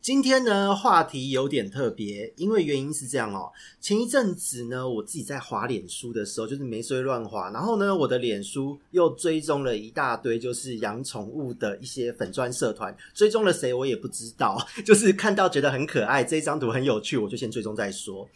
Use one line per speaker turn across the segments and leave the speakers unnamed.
今天呢，话题有点特别，因为原因是这样哦。前一阵子呢，我自己在滑脸书的时候，就是没睡乱滑，然后呢，我的脸书又追踪了一大堆就是养宠物的一些粉砖社团，追踪了谁我也不知道， 就是看到觉得很可爱，这一张图很有趣，我就先追踪再说。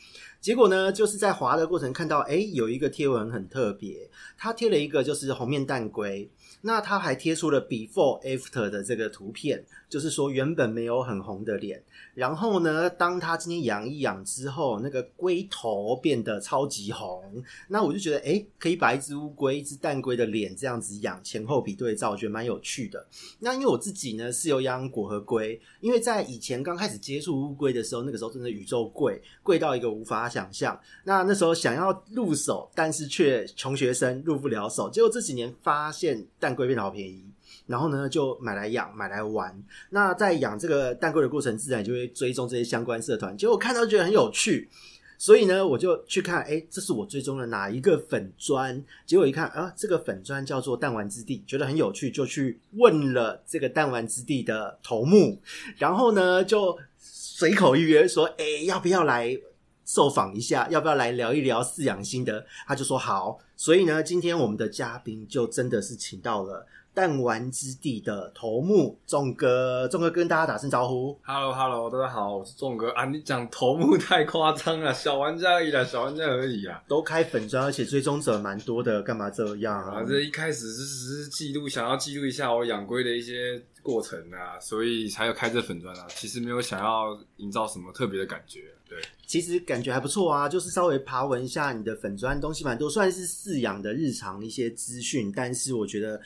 结果呢，就是在滑的过程看到，哎，有一个贴文很特别，他贴了一个就是红面蛋龟，那他还贴出了 before after 的这个图片，就是说原本没有很红的脸，然后呢，当他今天养一养之后，那个龟头变得超级红，那我就觉得，哎，可以把一只乌龟、一只蛋龟的脸这样子养，前后比对照，我觉得蛮有趣的。那因为我自己呢是有养果核龟，因为在以前刚开始接触乌龟的时候，那个时候真的宇宙贵，贵到一个无法想象。那那时候想要入手，但是却穷学生入不了手。结果这几年发现蛋龟变得好便宜，然后呢就买来养，买来玩。那在养这个蛋龟的过程，自然就会追踪这些相关社团，结果看到觉得很有趣。所以呢，我就去看，哎，这是我追踪的哪一个粉砖？结果一看啊，这个粉砖叫做弹丸之地，觉得很有趣，就去问了这个弹丸之地的头目，然后呢，就随口预约说，哎，要不要来受访一下？要不要来聊一聊饲养心得？他就说好。所以呢，今天我们的嘉宾就真的是请到了弹丸之地的头目仲哥，仲哥跟大家打声招呼。
Hello Hello，大家好，我是仲哥啊。你讲头目太夸张了， 小玩家而已啦，小玩家而已啊啦。
都开粉砖，而且追踪者蛮多的，干嘛这样
啊，这一开始是只是记录，想要记录一下我养龟的一些过程啊，所以才有开这粉砖啊。其实没有想要营造什么特别的感觉，对，
其实感觉还不错啊，就是稍微爬文一下你的粉砖，东西蛮多，虽然是饲养的日常一些资讯，但是我觉得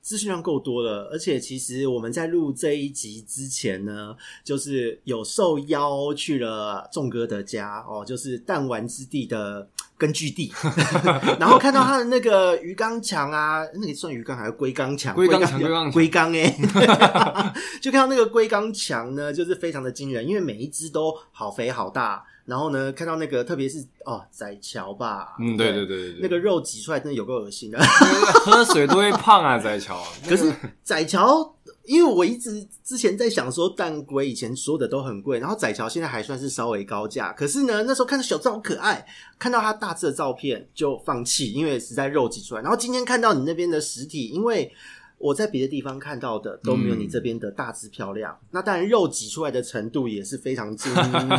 资讯量够多了。而且其实我们在录这一集之前呢，就是有受邀去了仲哥的家哦，就是弹丸之地的根据地， 然后看到他的那个鱼缸墙啊，那个算鱼缸还是龟缸墙？
龟缸墙
龟缸哎， 就看到那个龟缸墙呢，就是非常的惊人，因为每一只都好肥好大。然后呢，看到那个特别是哦，仔桥吧，
嗯，对对对对
那
对，
个肉挤出来真的有够恶 心的。
喝水都会胖啊，仔乔。
可是仔桥，因为我一直之前在想说蛋龟以前说的都很贵，然后仔桥现在还算是稍微高价。可是呢，那时候看到小照可爱，看到它大致的照片就放弃，因为实在肉挤出来。然后今天看到你那边的实体，因为。我在别的地方看到的都没有你这边的大致漂亮，那当然肉挤出来的程度也是非常惊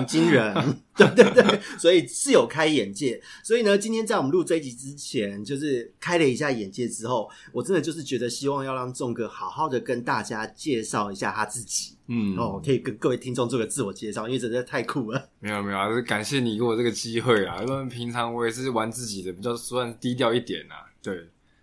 惊人，对对对，所以是有开眼界。所以呢，今天在我们录这一集之前，就是开了一下眼界之后，我真的就是觉得希望要让仲哥好好的跟大家介绍一下他自己、
嗯，
哦，可以跟各位听众做个自我介绍，因为真的太酷了。
没有没有啊，就是感谢你给我这个机会 啊。因为平常我也是玩自己的，比较算低调一点啊。对，
低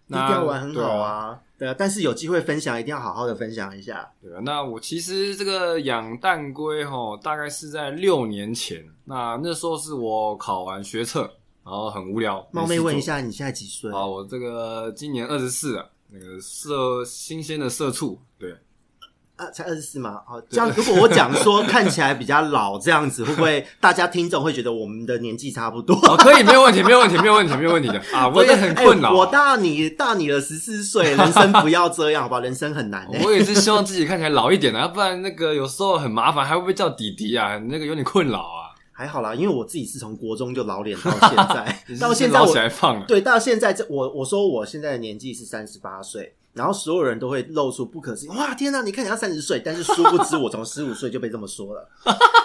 那
调玩很好
对
啊，对啊，但是有机会分享一定要好好的分享一下。
对啊，那我其实这个养蛋龟吼，大概是在六年前，那那时候是我考完学测，然后很无聊。
冒昧问一
没事
下，你现在几岁
做，？啊，我这个今年二十四了，那个社新鲜的社畜，对，
啊，才二十四嘛，哦，这样如果我讲说看起来比较老这样子，会不会大家听众会觉得我们的年纪差不多？
哦，可以，没有问题，没有问题，没有问题，没有 问题的啊， 我也很困扰啊、
哎我大你大你了十四 岁，人生不要这样，好吧？人生很难、欸。
我也是希望自己看起来老一点啊，不然那个有时候很麻烦，还会被叫弟弟啊，那个有点困扰啊。
还好啦，因为我自己是从国中就老脸到现在
你，是
到现在
老
我
起来啊胖了，
对到现在这我我说我现在的年纪是三十八岁，然后所有人都会露出不可思议，哇天哪、你看起来三十岁，但是殊不知我从十五岁就被这么说了，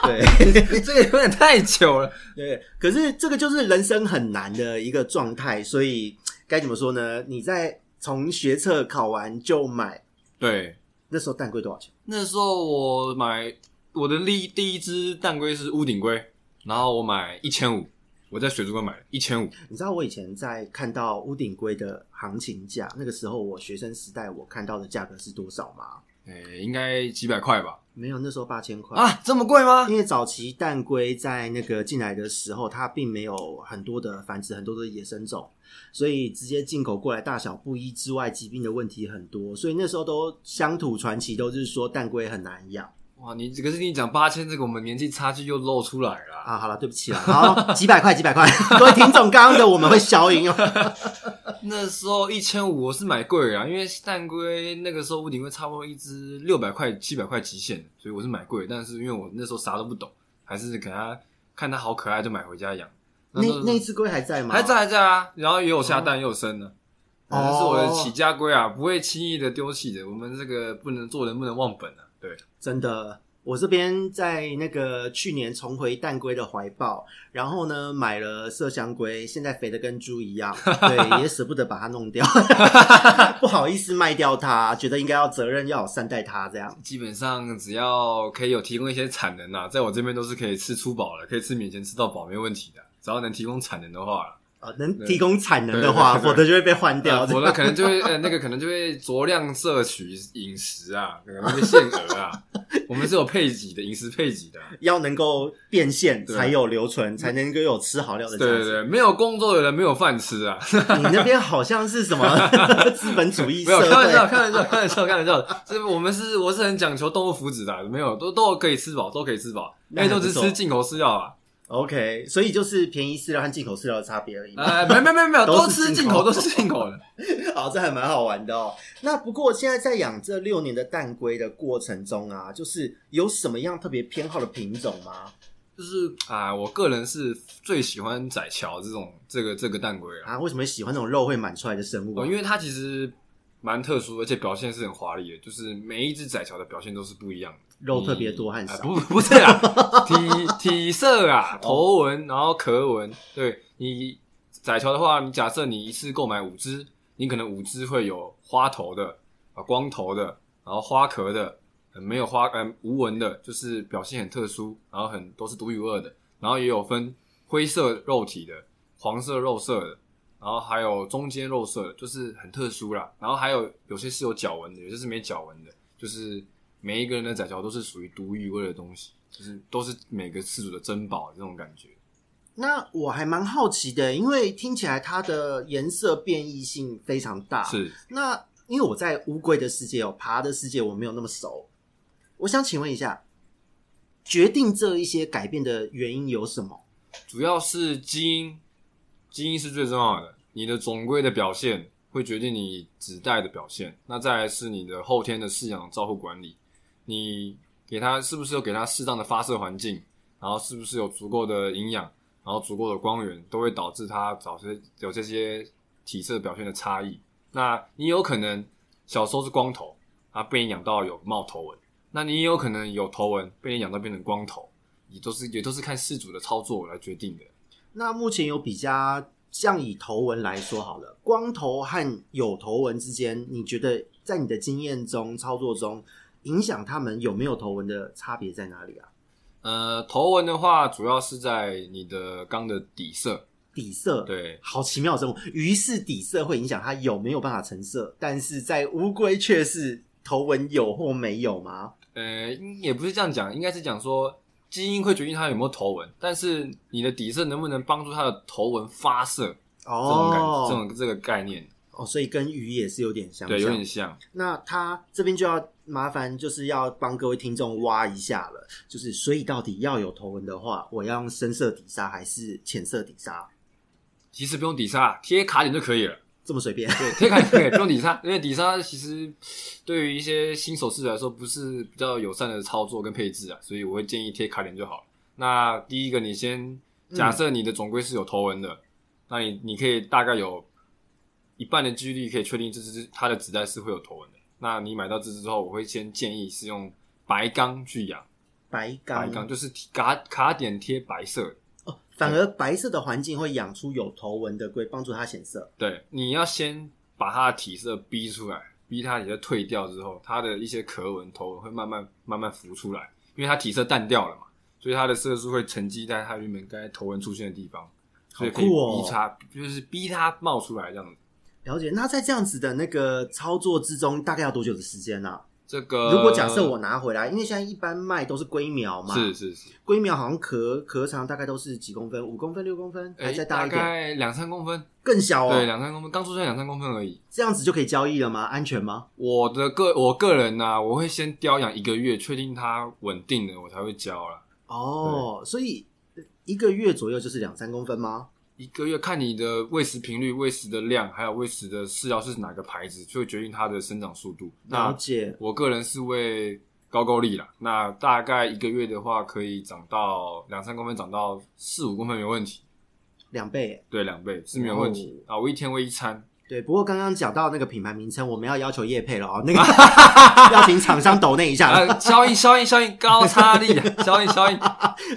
对。
这个有点太久了。
对，可是这个就是人生很难的一个状态，所以该怎么说呢？你在从学测考完就买，
对，
那时候蛋龟多少钱？
那时候我买我的第第一只蛋龟是屋顶龟，然后我买一千五，我在水族馆买一千五，
你知道我以前在看到屋顶龟的行情价，那个时候我学生时代我看到的价格是多少吗？
诶、哎应该几百块吧？
没有，那时候八千块。
啊，这么贵吗？
因为早期蛋龟在那个进来的时候，它并没有很多的繁殖，很多的野生种，所以直接进口过来大小不一之外，疾病的问题很多，所以那时候都乡土传奇都是说蛋龟很难养
哇，你可是你讲八千这个，我们年纪差距又露出来了。
啊。好了，对不起了，好几百块，几百块，各位听众，刚刚的我们会消音哦。
那时候一千五我是买贵啊，因为蛋龟那个时候屋顶龟差不多一只六百块、七百块极限，所以我是买贵。但是因为我那时候啥都不懂，还是给它看它好可爱就买回家养。
那
时候
那只龟还在吗？
还在还在啊，然后也有下蛋也有生的，这、
哦
是我的起家龟啊，不会轻易的丢弃的。我们这个不能做人不能忘本啊，对。
真的，我这边在那个去年重回蛋龟的怀抱，然后呢买了麝香龟，现在肥的跟猪一 样，对，也舍不得把它弄掉， 不好意思卖掉它，觉得应该要责任要有善待它这样。
基本上只要可以有提供一些产能啊，在我这边都是可以吃出饱了，可以吃免钱吃到饱没问题的，只要能提供产能的话啦。
呃，能
对
提供产能的话，
对对对
否则就会被换掉。
我的可能就会呃，那个可能就会酌量摄取饮食啊，可能会限 额啊。我们是有配给的，饮食配给的啊。
要能够变现，
对
才有留存，才能够有吃好料的
对
价
对
值。
对，没有工作的人没有饭吃啊。
你那边好像是什么 资本主义
没有
社
开玩笑，
会？
开玩笑，开玩笑，开玩笑。这我们是我是很讲求动物福祉的啊、没有都都可以吃饱，都可以吃饱，因
那
为
还
都
不
是
错
吃进口饲料啊。
OK，所以就是便宜饲料和进口饲料的差别而已嘛。
哎，没没没没有，
都
都
是
吃
进
进
口
口，都是进口的。
好，这还蛮好玩的哦。那不过现在在养这六年的蛋龟的过程中啊，就是有什么样特别偏好的品种吗？
就是啊、我个人是最喜欢窄桥这种这个这个蛋龟啊，
啊，为什么喜欢这种肉会满出来的生物、
哦
啊？
因为它其实蛮特殊，而且表现是很华丽的，就是每一只窄桥的表现都是不一样的，
肉特别多和
啊、
少。
不不是啦，体体色啊，头纹，然后壳纹，对你窄桥的话，你假设你一次购买五只，你可能五只会有花头的啊、光头的，然后花壳的，呃没有花嗯、无纹的，就是表现很特殊，然后很都是独一无二的，然后也有分灰色肉体的、黄色肉色的，然后还有中间肉色的，就是很特殊啦。然后还有有些是有角纹的，有些是没角纹的，就是每一个人的窄角都是属于独一无二的东西，就是都是每个氏族的珍宝这种感觉。
那我还蛮好奇的，欸因为听起来它的颜色变异性非常大。
是
那因为我在乌龟的世界哦，爬的世界我没有那么熟，我想请问一下，决定这一些改变的原因有什么？
主要是基因，基因是最重要的。你的总归的表现会决定你子代的表现，那再来是你的后天的饲养照护管理，你给它是不是有给它适当的发射环境，然后是不是有足够的营养，然后足够的光源，都会导致它早些有这些体色表现的差异。那你有可能小时候是光头，啊被你养到有冒头纹，那你也有可能有头纹被你养到变成光头，也都是也都是看饲主的操作来决定的。
那目前有比较，像以头纹来说好了，光头和有头纹之间，你觉得在你的经验中、操作中，影响他们有没有头纹的差别在哪里啊？
呃，头纹的话，主要是在你的缸的底色，
底色，，
对，
好奇妙的生物。于是底色会影响它有没有办法成色，但是在乌龟却是头纹有或没有吗？
呃，应也不是这样讲，应该是讲说基因会决定它有没有头纹，但是你的底色能不能帮助它的头纹发射，这种感、这
哦，
种这个概念，
哦，所以跟鱼也是有点相像，
对，有点像。
那他这边就要麻烦，就是要帮各位听众挖一下了，就是所以到底要有头纹的话，我要用深色底砂还是浅色底砂？
其实不用底砂，贴卡点就可以了。
这么随便？
对，贴卡点就可以，不用底砂，因为底砂其实对于一些新手饲主来说，不是比较友善的操作跟配置啊，所以我会建议贴卡点就好了。那第一个，你先假设你的总归是有头纹的，那你你可以大概有一半的几率可以确定这只它的子代是会有头纹的。那你买到这只之后，我会先建议是用白钢去养，
白
白
缸，
钢就是卡卡点贴白色的。
哦，反而白色的环境会养出有头纹的龟，帮助它显色。
对，你要先把它的体色逼出来，逼它体色退掉之后，它的一些壳纹、头纹会慢慢慢慢浮出来，因为它体色淡掉了嘛，所以它的色素会沉积在它原本该头纹出现的地方，所以可以
好酷哦
逼它，就是逼它冒出来这样子。
了解。那在这样子的那个操作之中，大概要多久的时间呢、啊？
这个
如果假设我拿回来，因为现在一般卖都是龟苗嘛，
是是是，
龟苗好像壳壳长大概都是几公分，五公分、六公分，还
哎，
再大
大
一点，
概两三公分，
更小
对，
哦。
两三公分，刚出生两三公分而已。
这样子就可以交易了吗？安全吗？
我的个我个人呐、我会先叼养一个月，确定它稳定了，我才会交啦。
哦，所以一个月左右就是两三公分吗？
一个月看你的喂食频率、喂食的量，还有喂食的饲料是哪个牌子，就会决定它的生长速度。
了
那
解，
我个人是喂高沟力啦，那大概一个月的话，可以长到两三公分，长到四五公分没问题。
两倍。
对，两倍是没有问
哦
题、啊。我一天喂一餐，
对，不过刚刚讲到那个品牌名称，我们要要求叶配了 哦，那个要请厂商抖那一下，
啊，效应效应效应高差力啊，效应效应。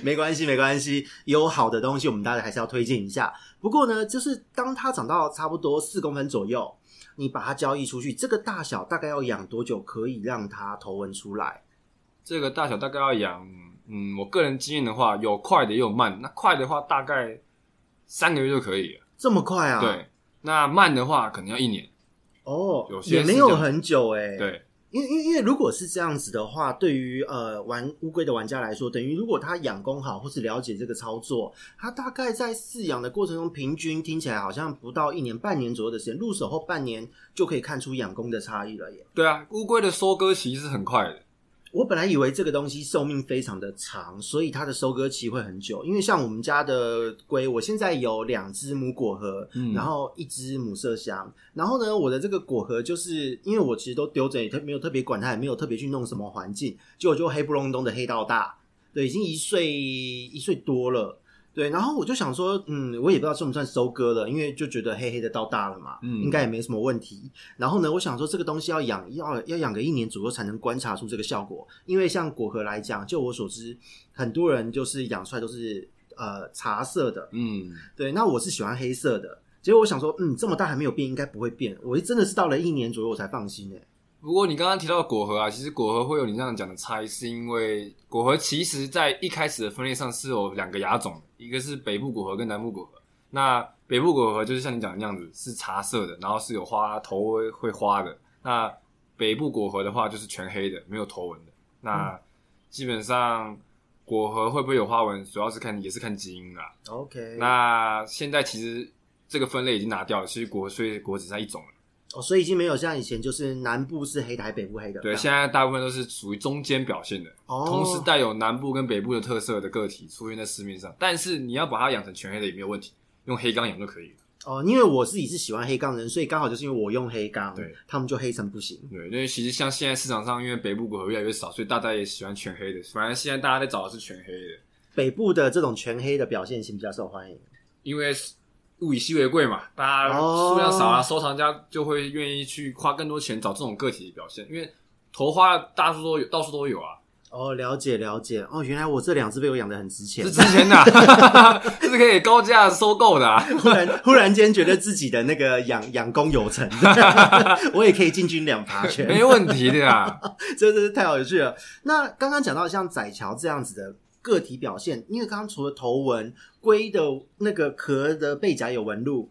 没关系，没关系，有好的东西我们大家还是要推荐一下。不过呢，就是当它长到差不多四公分左右，你把它交易出去，这个大小大概要养多久可以让它头纹出来？
这个大小大概要养，嗯，我个人经验的话，有快的也有慢的。那快的话大概三个月就可以了，
这么快啊？，
对。那慢的话可能要一年，
哦
有，些
也没
是
有
这样
很久哎、，
对，
因为因为因为如果是这样子的话，对于呃玩乌龟的玩家来说，等于如果他养功好或是了解这个操作，他大概在饲养的过程中，平均听起来好像不到一年、半年左右的时间，入手后半年就可以看出养功的差异了耶。
对啊。乌龟的收割期是很快的，
我本来以为这个东西寿命非常的长，所以它的收割期会很久。因为像我们家的龟，我现在有两只母果核，
嗯
然后一只母麝香。然后呢，我的这个果核就是因为我其实都丢着，也特没有特别管它，也没有特别去弄什么环境，结果就黑不隆咚的黑到大，对，已经一岁一岁多了。对，然后我就想说，嗯，我也不知道算不算收割了，因为就觉得黑黑的到大了嘛，
嗯
应该也没什么问题。然后呢，我想说这个东西要养要要养个一年左右才能观察出这个效果，因为像果核来讲，就我所知，很多人就是养出来都是呃茶色的，
嗯，
对，那我是喜欢黑色的。结果我想说，嗯，这么大还没有变，应该不会变。我真的是到了一年左右我才放心诶、欸
不过你刚刚提到果核啊，其实果核会有你这样讲的差异，是因为果核其实在一开始的分类上是有两个亚种的，一个是北部果核跟南部果核。那北部果核就是像你讲的那样子，是茶色的，然后是有花头会会花的。那北部果核的话就是全黑的，没有头纹的。那基本上果核会不会有花纹，主要是看也是看基因啦。
OK，
那现在其实这个分类已经拿掉了，其实果所以果只剩下一种了。
哦，所以已经没有像以前就是南部是黑的，还北部黑的。
对，现在大部分都是属于中间表现的。
啊哦，
同时带有南部跟北部的特色的个体出现在市面上，但是你要把它养成全黑的也没有问题，用黑缸养就可以了。
哦，因为我自己是喜欢黑钢人，所以刚好就是因为我用黑钢，
对，
他们就黑成不行。
对，因为其实像现在市场上，因为北部果核越来越少，所以大家也喜欢全黑的。反正现在大家在找的是全黑的，
北部的这种全黑的表现型比较受欢迎。
因为物以稀为贵嘛，大家
哦
数量少啊，收藏家就会愿意去花更多钱找这种个体的表现，因为头花大处都有，到处都有啊，
哦，了解了解。哦，原来我这两只被我养的很值钱
是。 值钱的、啊， 这是可以高价收购的、啊。
忽然忽然间觉得自己的那个养养功有 成， 我也可以进军两爬圈。
没问题的啊，
这真是太有趣了。那刚刚讲到像仔桥这样子的个体表现，因为刚刚除了头纹、龟的那个壳的背甲有纹路，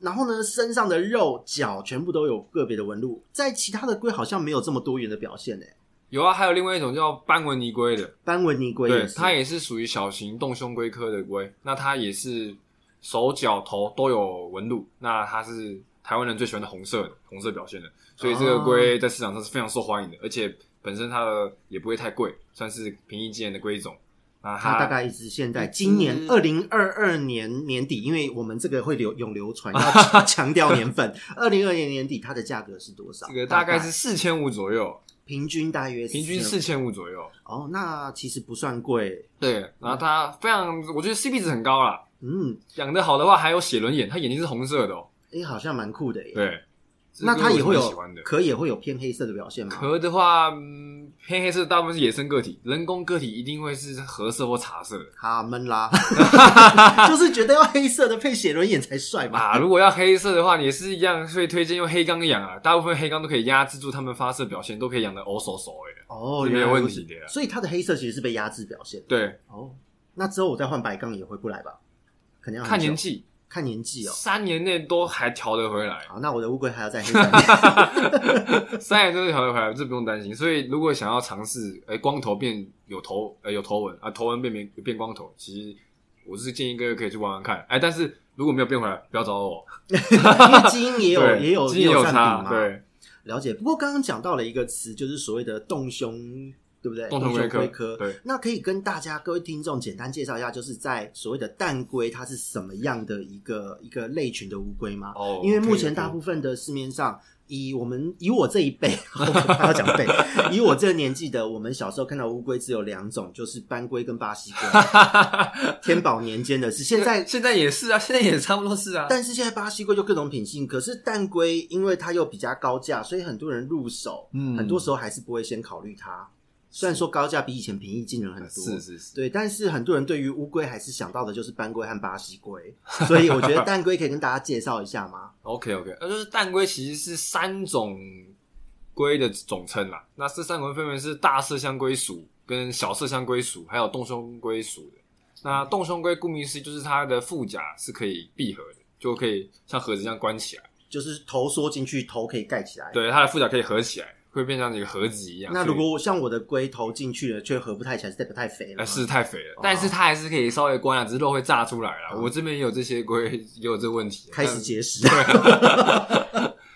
然后呢身上的肉、脚全部都有个别的纹路，在其他的龟好像没有这么多元的表现诶、
有啊，还有另外一种叫斑纹泥龟的，
斑纹泥龟
对
也，是，
它也是属于小型洞胸龟科的龟，那它也是手脚头都有纹路，那它是台湾人最喜欢的红色的红色表现的，所以这个龟在市场上是非常受欢迎的，而且本身它的也不会太贵，算是平易近人的龟种。那
它
它
大概一直现在
一只
今年二零二二年年底，因为我们这个会流永流传，要 强调年份。二零二年年底它的价格是多少？
这个大概
概
是四千五左右，
平均大约
平均
4000
四千五左右。
哦，那其实不算贵。
对，然后它非常，我觉得 CP 值很高啦。
嗯，
养得好的话，还有写轮眼，它眼睛是红色的哦。
哎、好像蛮酷的耶。
对，
那它也会
这个我是蛮喜欢
有
的。
壳也会有偏黑色的表现吗？
壳的话，嗯，偏黑色大部分是野生个体，人工个体一定会是褐色或 茶色的
哈闷 啦，就是觉得要黑色的配写轮眼才帅吧？
啊。如果要黑色的话，也是一样，所以推荐用黑缸养啊。大部分黑缸都可以压制住它们发色表现，都可以养的欧手手哎。
哦，
是
原
没有
来如
问
此
题的呀
所以它的黑色其实是被压制表现的。
对，
哦，那之后我再换白杠也回不来吧？肯定要很
看
久
年纪，
看年纪哦。
三年内都还调得回来，
好，那我的乌龟还要再黑三年。
三年内都调得回来，这不用担心。所以如果想要尝试，哎、光头变有头，呃，有头纹啊，头纹变变变光头，其实我是建议各位可以去玩玩看。哎、但是如果没有变回来，不要找我，
因为基因也有
对，
也有
基因
有占
差，
比嘛。
对，
了解。不过刚刚讲到了一个词，就是所谓的动胸，对不对？
共
动
同
胸
龟
龟科。
科，对，
那可以跟大家各位听众简单介绍一下，就是在所谓的蛋龟，它是什么样的一个一个类群的乌龟吗？
哦
因为
可
目
以
前
可以
大部分的市面上，以我们以我这一辈， 还要讲辈，以我这个年纪的，我们小时候看到乌龟只有两种，就是斑龟跟巴西 龟。天宝年间的是，现在
现在也是啊，现在也差不多是啊。
但是现在巴西龟就各种品性，可是蛋龟因为它又比较高价，所以很多人入手，
嗯
很多时候还是不会先考虑它。虽然说高价比以前便宜进人很多，
是是是，
对，但是很多人对于乌龟还是想到的就是斑龟和巴西龟，所以我觉得蛋龟可以跟大家介绍一下吗？
OK OK，那就是呃蛋龟其实是三种龟的总称啦。那这三种分别是大麝香龟属、跟小麝香龟属，还有洞胸龟属的。那洞胸龟顾名思义就是它的腹甲是可以闭合的，就可以像盒子一样关起来。
就是头缩进去，头可以盖起来。
对，它的腹甲可以合起来，会变成一个盒子一样。
那
所
如
以
果我像我的龟头进去了，却合不太起来，是代表太肥了吗。
呃是太肥了
哦，
但是它还是可以稍微关啊，只是肉会炸出来啦。
哦
我这边也有这些龟， 也有这问题。
开
但
始节食，
啊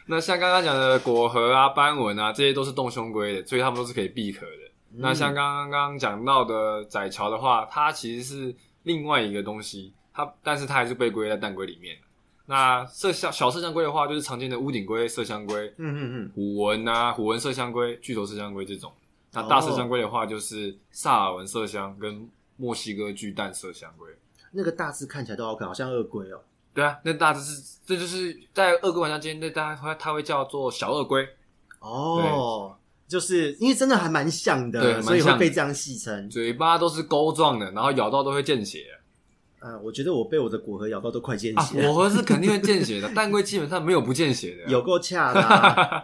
那像刚刚讲的果核啊、斑纹啊，这些都是洞胸龟的，所以它们都是可以闭壳的。那
嗯
像刚刚讲到的窄桥的话，它其实是另外一个东西，它但是它还是被归在蛋龟里面。那麝香小麝香龟的话，就是常见的屋顶龟、麝香龟、
嗯嗯嗯，
虎纹啊、虎纹麝香龟、巨头麝香龟这种。那大麝香龟的话，就是萨尔文麝香跟墨西哥巨蛋麝香龟。
那个大致看起来都好可爱，好像鳄龟哦。
对啊，那大致是这就是在二哥玩家间，那大家会它会叫做小鳄龟。
哦，就是因为真的还蛮像
对
的，
蛮
所以会
像
被
的
这样戏称。
嘴巴都是钩状的，然后咬到都会见血
呃，我觉得我被我的果核咬到都快见
啊！
血，
我和是肯定会见血的， 蛋龟基本上没有不见血的。
有够恰的 啊、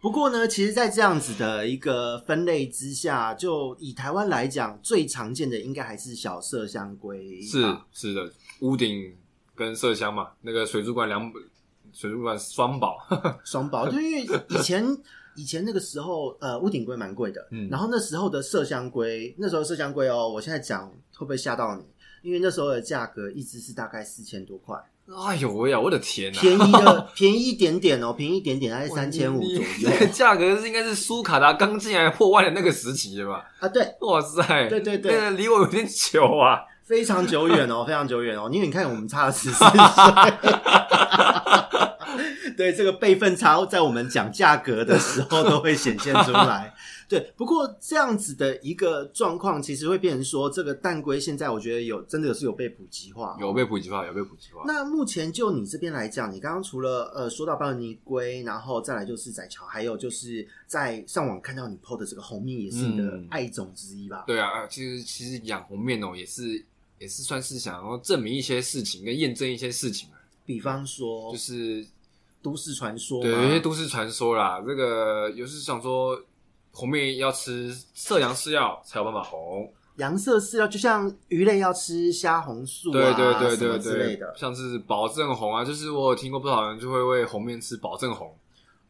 不过呢，其实，在这样子的一个分类之下，就以台湾来讲，最常见的应该还是小麝香龟吧。啊
是是的，屋顶跟麝香嘛，那个水族馆两水族馆双宝，
双 胞，对，因为以前以前那个时候，呃，屋顶龟蛮贵的，
嗯
然后那时候的麝香龟，那时候麝香龟哦，我现在讲会不会吓到你？因为那时候的价格一只是大概四千多 块，
哎呦喂呀，我的天呐、
便宜的便宜一点点哦，便宜一点点，大概
哇
三千五
你
左
你
右
这个价格是应该是苏卡达刚进来破万的那个时期的吧？
啊，对，
哇塞，
对对对
那个离我有点久啊。
非常久远哦，非 常久远哦，因为你看我们差了十四岁。 对这个辈分差，在我们讲价格的时候都会显现出来。 对，不过这样子的一个状况，其实会变成说，这个蛋龟现在我觉得有真的是有被普及化。
有被普及化，有被普及化。
那目前就你这边来讲，你刚刚除了呃说到巴尼龟，然后再来就是仔桥，还有就是在上网看到你 PO 的这个红蜜，也是你的
嗯
爱种之一吧？
对啊，啊其实其实养红面哦，也是也是算是想要证明一些事情，跟验证一些事情啊，
比方说
就是
都市传说嘛，
对，有些都市传说啦，这个有时想说红面要吃麝羊饲料才有办法红，
羊色饲料，就像鱼类要吃虾红素啊，
对对对
什么
对
之类
对
的，。
像是保证红啊，就是我有听过不少人就会喂红面吃保证红，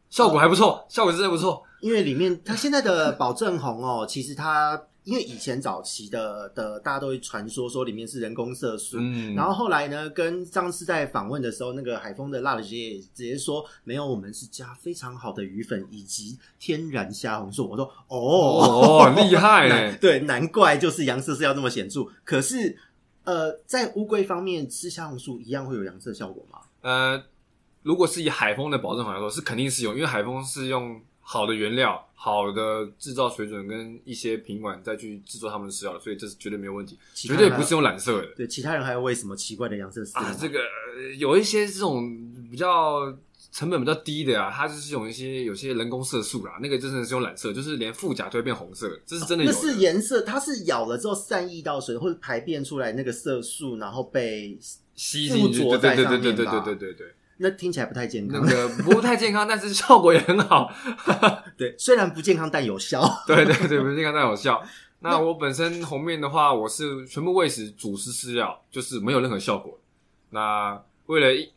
效果还不错，效果真的不错，
因为里面它现在的保证红哦，其实它因为以前早期的的大家都会传说说里面是人工色素。
嗯，
然后后来呢？跟上次在访问的时候，那个海峰的辣姐也直接说，没有，我们是加非常好的鱼粉以及天然虾红素。我说哦，
哦，厉害
难
嘞，
对，难怪就是羊色是要这么显著。可是，呃，在乌龟方面吃虾红素一样会有羊色效果吗？
呃，如果是以海风的保证红来说，是肯定是有，因为海风是用好的原料、好的制造水准跟一些品管再去制作他们的饲料的，所以这是绝对没有问题，
其他
绝
呢
对不是用染色的。
对，其他人还有喂什么奇怪的羊色饲料吗？
啊，这个呃有一些这种比较成本比较低的啊，它就是用一些有些人工色素啦，那个真的是用染色，就是连腹甲都会变红色，这是真的有
那
的。
是颜色，它是咬了之后散溢到水，或者排便出来那个色素，然后被
吸进去，
附着
对
在
对对
上
对
面
对对
吧
对对对对，
那听起来不太健
那
康。
个不太健康，但是效果也很好。
对，虽然不健康但有效。
对对对，不是健康但有效。那我本身红面的话，我是全部喂食主食饲料，就是没有任何效果。那为了印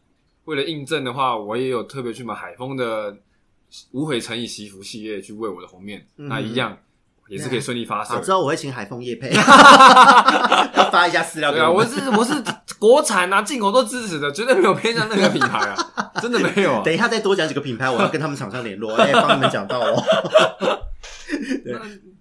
为了印证的话，我也有特别去买海丰的无悔诚意祈福系列去喂我的红面，
嗯
那一样也是可以顺利发
好，
射。
之后我会请海丰叶 配，要发一下饲料给
对啊，
我
我
们。
是我是国产啊，进口都支持的，绝对没有偏向那个品牌啊，真的没有啊。
等一下再多讲几个品牌，我要跟他们厂商联络，哎、帮你们讲到 哦。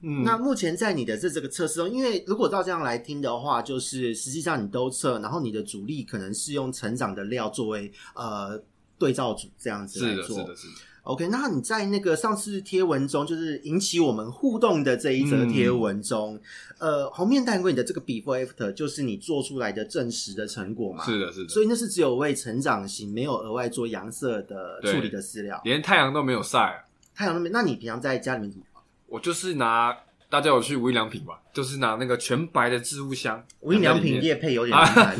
嗯，
那目前在你的这这个测试中，因为如果照这样来听的话，就是实际上你都测，然后你的主力可能是用成长的料作为呃对照组这样子
是
来
的，是
做。
的，是的。
OK，那你在那个上次贴文中，就是引起我们互动的这一则贴文中，呃，红面蛋龟你的这个 before after 就是你做出来的证实的成果嘛？
是的，是的，
所以那是只有为成长型，没有额外做阳色的处理的饲料。
连太阳都没有晒啊、
太阳那边，那你平常在家里面怎么？
我就是拿大家有去无印良品吧，就是拿那个全白的置物箱，
无印良品
液，
业配有点难。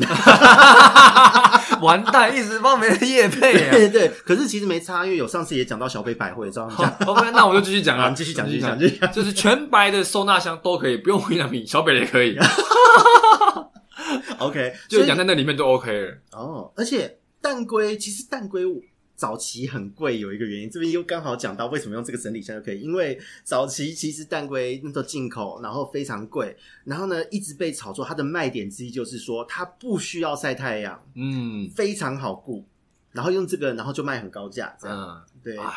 完蛋，一直帮别人夜配啊。
对对，可是其实没差，因为有上次也讲到小北百惠，知道吗？
好 OK，那我就继续讲
好
啊，
你继续讲
我
继续讲继续讲
就是全白的收纳箱都可以，不用无印良品，小北也可以，
OK，所
就
以
养在那里面都 OK 了。
哦，而且蛋龟其实蛋龟早期很贵，有一个原因，这边又刚好讲到为什么用这个整理箱就可以，因为早期其实蛋龟那时候进口，然后非常贵，然后呢一直被炒作，它的卖点之一就是说它不需要晒太阳，
嗯
非常好顾，然后用这个然后就卖很高价，这样、
嗯，
对。
啊，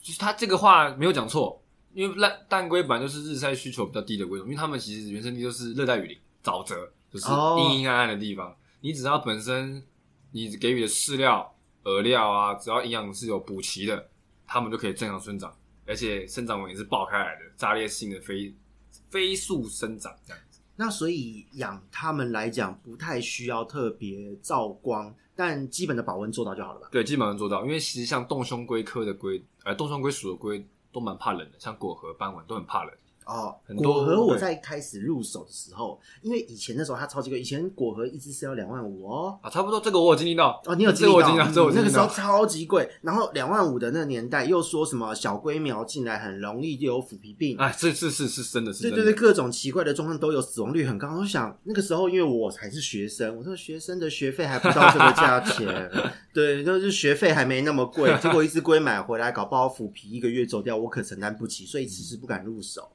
就是他这个话没有讲错，因为蛋蛋龟本来就是日晒需求比较低的龟种，因为它们其实原生地就是热带雨林、沼泽，就是
哦
阴阴暗暗的地方。你只要本身你给予的饲料、饵料啊，只要营养是有补齐的，它们就可以正常生长，而且生长纹也是爆开来的，炸裂性的飞飞速生长这样子。
那所以养它们来讲，不太需要特别照光，但基本的保温做到就好了吧？
对，基本上做到，因为其实像洞胸龟科的龟，呃，洞胸龟属的龟都蛮怕冷的，像果核、斑纹都很怕冷。
哦，
很多
果核我在开始入手的时候，因为以前那时候它超级贵，以前果核一只是要两万五哦。
啊，差不多这个我有经历到
哦，你有
这
经
个
历
我
到
经历到，这个我
嗯
经
那个
历
时
到
候超级贵，然后两万五的那个年代又说什么小龟苗进来很容易就有腐皮病，
哎，这是是是真的是
对
真的，
对对，各种奇怪的状况都有，死亡率很高。我想那个时候，因为我还是学生，我说学生的学费还不到这个价 钱，对，就是学费还没那么贵。结果一只龟买回来，搞不好腐皮一个月走掉，我可承担不起，所以迟迟不敢入手。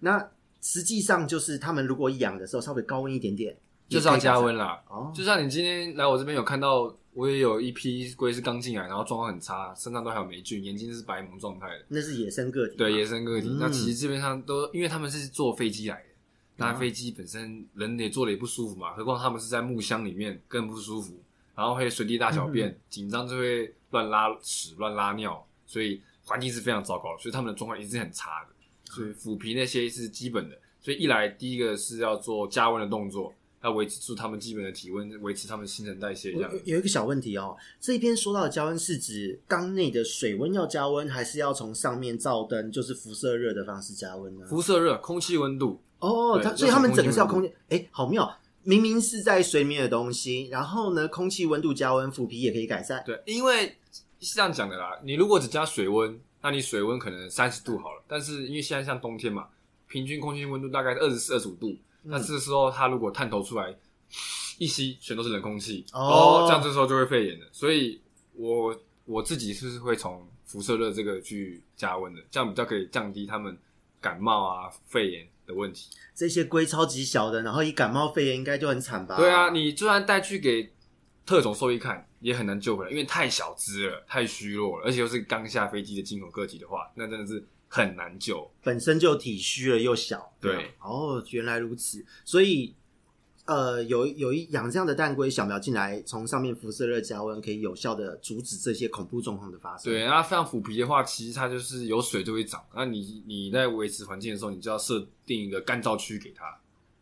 那实际上就是他们如果养的时候稍微高温一点点，
就是要加温啦。
哦。
就像你今天来我这边有看到，我也有一批龟是刚进来，然后状况很差，身上都还有霉菌，眼睛是白蒙状态的。
那是野生个体嘛，
对野生个体，
嗯
那其实基本上都因为他们是坐飞机来的，
啊
那飞机本身人也坐的也不舒服嘛，何况他们是在木箱里面更不舒服，然后会随地大小
嗯
便，紧张就会乱拉屎、乱拉尿，所以环境是非常糟糕的，所以他们的状况一直很差
啊
的，所以腐皮那些是基本的，所以一来第一个是要做加温的动作。要维持住他们基本的体温，维持他们新陈代谢，这
我
样
有有一个小问题哦，这边说到的加温是指缸内的水温要加温，还是要从上面照灯，就是辐射热的方式加温呢？
辐射热、空气温度，
哦，
对
它
就
所以
是
他们
空
整
气
个是要
温
空气，哎，好妙！明明是在水里面的东西，然后呢，空气温度加温，腐皮也可以改善。
对，因为是这样讲的啦，你如果只加水温，那你水温可能三十度好了，但是因为现在像冬天嘛，平均空气温度大概二十四、二十五度，那这时候它如果探头出来一吸，全都是冷空气，
哦
这样这时候就会肺炎了。所以我我自己是会从辐射热这个去加温的，这样比较可以降低他们感冒啊、肺炎的问题。
这些龟超级小的，然后一感冒肺炎应该就很惨吧？
对啊，你就算带去给特种兽医看，也很难救回来，因为太小只了，太虚弱了，而且又是刚下飞机的进口个体的话，那真的是很难救。
本身就体虚了又小。
对
这样哦，原来如此。所以，呃，有有一养这样的蛋龟小苗进来，从上面辐射热加温，可以有效的阻止这些恐怖状况的发生。
对，那像腐皮的话，其实它就是有水就会长，那你你在维持环境的时候，你就要设定一个干燥区给它。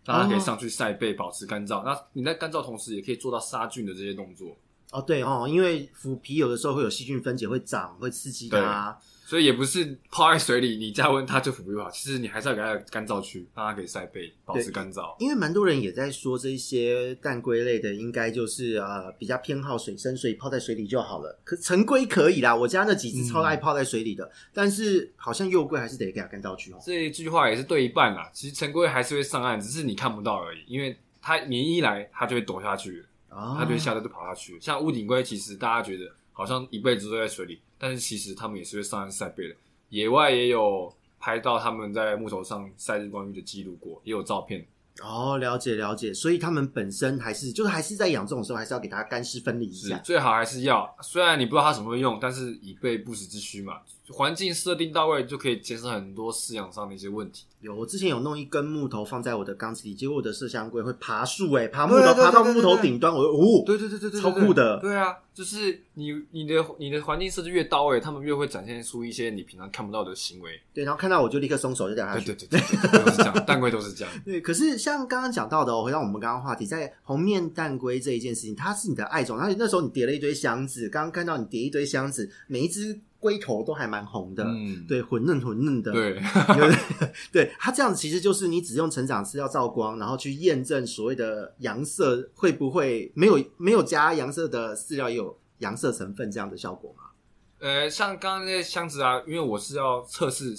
让它可以上去晒背，保持干燥。那你在干燥同时，也可以做到杀菌的这些动作，
哦，对哦，因为腐皮有的时候会有细菌分解，会长，会刺激它。
所以也不是泡在水里，你加温它就腐皮不好。其实你还是要给它干燥区，让它可以晒背，保持
对
干燥。
因为蛮多人也在说，这些蛋龟类的应该就是呃比较偏好水生，所以泡在水里就好了。可成龟可以啦，我家那几只超爱
嗯
泡在水里的，但是好像幼龟还是得给它干到去哦。
这一句话也是对一半啦。其实陈规还是会上岸，只是你看不到而已，因为他你一来他就会躲下去了，
哦
它就会下在就跑下去。像屋顶龟，其实大家觉得好像一辈子都在水里，但是其实它们也是会上岸晒背的。野外也有拍到它们在木头上晒日光浴的记录过，也有照片。
哦，了解了解，所以他们本身还是就是还是在养这种时候，还是要给它干湿分离一
是
下。
最好还是要，虽然你不知道它什么时候用，但是以备不时之需嘛。环境设定到位，就可以减少很多饲养上的一些问题。
有，我之前有弄一根木头放在我的缸子里，结果我的麝香龟会爬树，哎，爬木
对
头
对对
爬到
对
木
对
头
对
顶端，我就哦，
对对对对对，
超酷的
对啊，就是你你的你的环境设置越到位，他们越会展现出一些你平常看不到的行为。
对，然后看到我就立刻松手就掉下
对
去。
对对对，对都是这样， 蛋龟都是这样。
对，可是像刚刚讲到的、哦，回到我们刚刚话题，在红面蛋龟这一件事情，它是你的爱种，然后那时候你叠了一堆箱子，刚刚看到你叠一堆箱子，每一只龟头都还蛮红的，
嗯，
对，混嫩混嫩的，
对，
对，对，它这样子其实就是你只用成长饲料照光，然后去验证所谓的阳色会不会没有没有加阳色的饲料也有阳色成分这样的效果嘛？
呃，像刚刚那些箱子啊，因为我是要测试，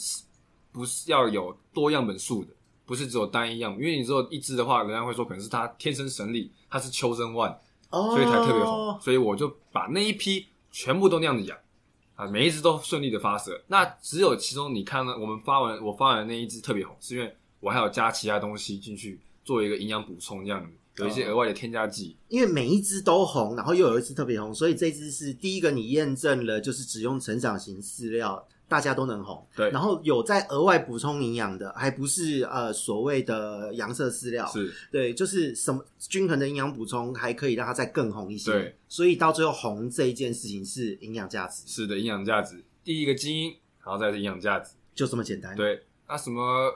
不是要有多样本数的，不是只有单一样，因为你只有一只的话，人家会说可能是它天生神力，它是秋生万，
哦，
所以才特别红，所以我就把那一批全部都那样子养啊，每一只都顺利的发射。那只有其中你看到我们发完我发完的那一只特别红，是因为我还有加其他东西进去做一个营养补充，这样子有一些
哦
额外的添加剂。
因为每一只都红，然后又有一只特别红，所以这只是第一个你验证了，就是只用成长型饲料，大家都能红。
对
然后有在额外补充营养的，还不是呃所谓的阳色饲料，
是
对，就是什么均衡的营养补充，还可以让它再更红一些。
对，
所以到最后红这一件事情是营养价值，
是的，营养价值，第一个基因，然后再是营养价值。
就这么简单。，，
对，那什么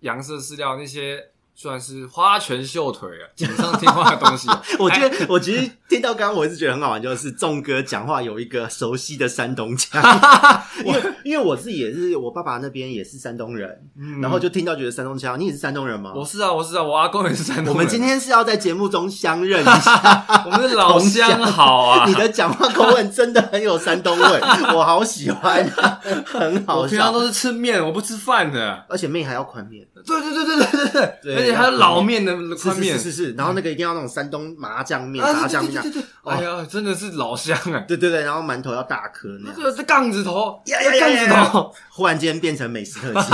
羊色饲料那些，虽然是花拳绣腿啊，锦上添花的东西、啊
我觉得我其实听到刚刚我一直觉得很好玩，就是仲哥讲话有一个熟悉的山东腔， 因为因为我自己也是，我爸爸那边也是山东人，
嗯
然后就听到觉得山东腔，你也是山东人吗？
我是啊，我是啊，我阿公也是山东人
我们今天是要在节目中相认一下，
我们是老乡好 啊，
你的讲话口吻真的很有山东味， 我好喜欢，啊很好
我平
笑。
常都是吃面，我不吃饭的。
而且面还要宽面，
对对对对对对
对
而且还有老面的
是
宽面
哦是是，是是，然后那个一定要那种山东麻酱面、
啊
炸酱面哦
对，对对对对，哎呀，真的是老乡啊！
对对对，然后馒头要大颗那
这
样。
个这杠子头，
呀呀呀
杠
呀
子头，
呀！忽然间变成美食特辑。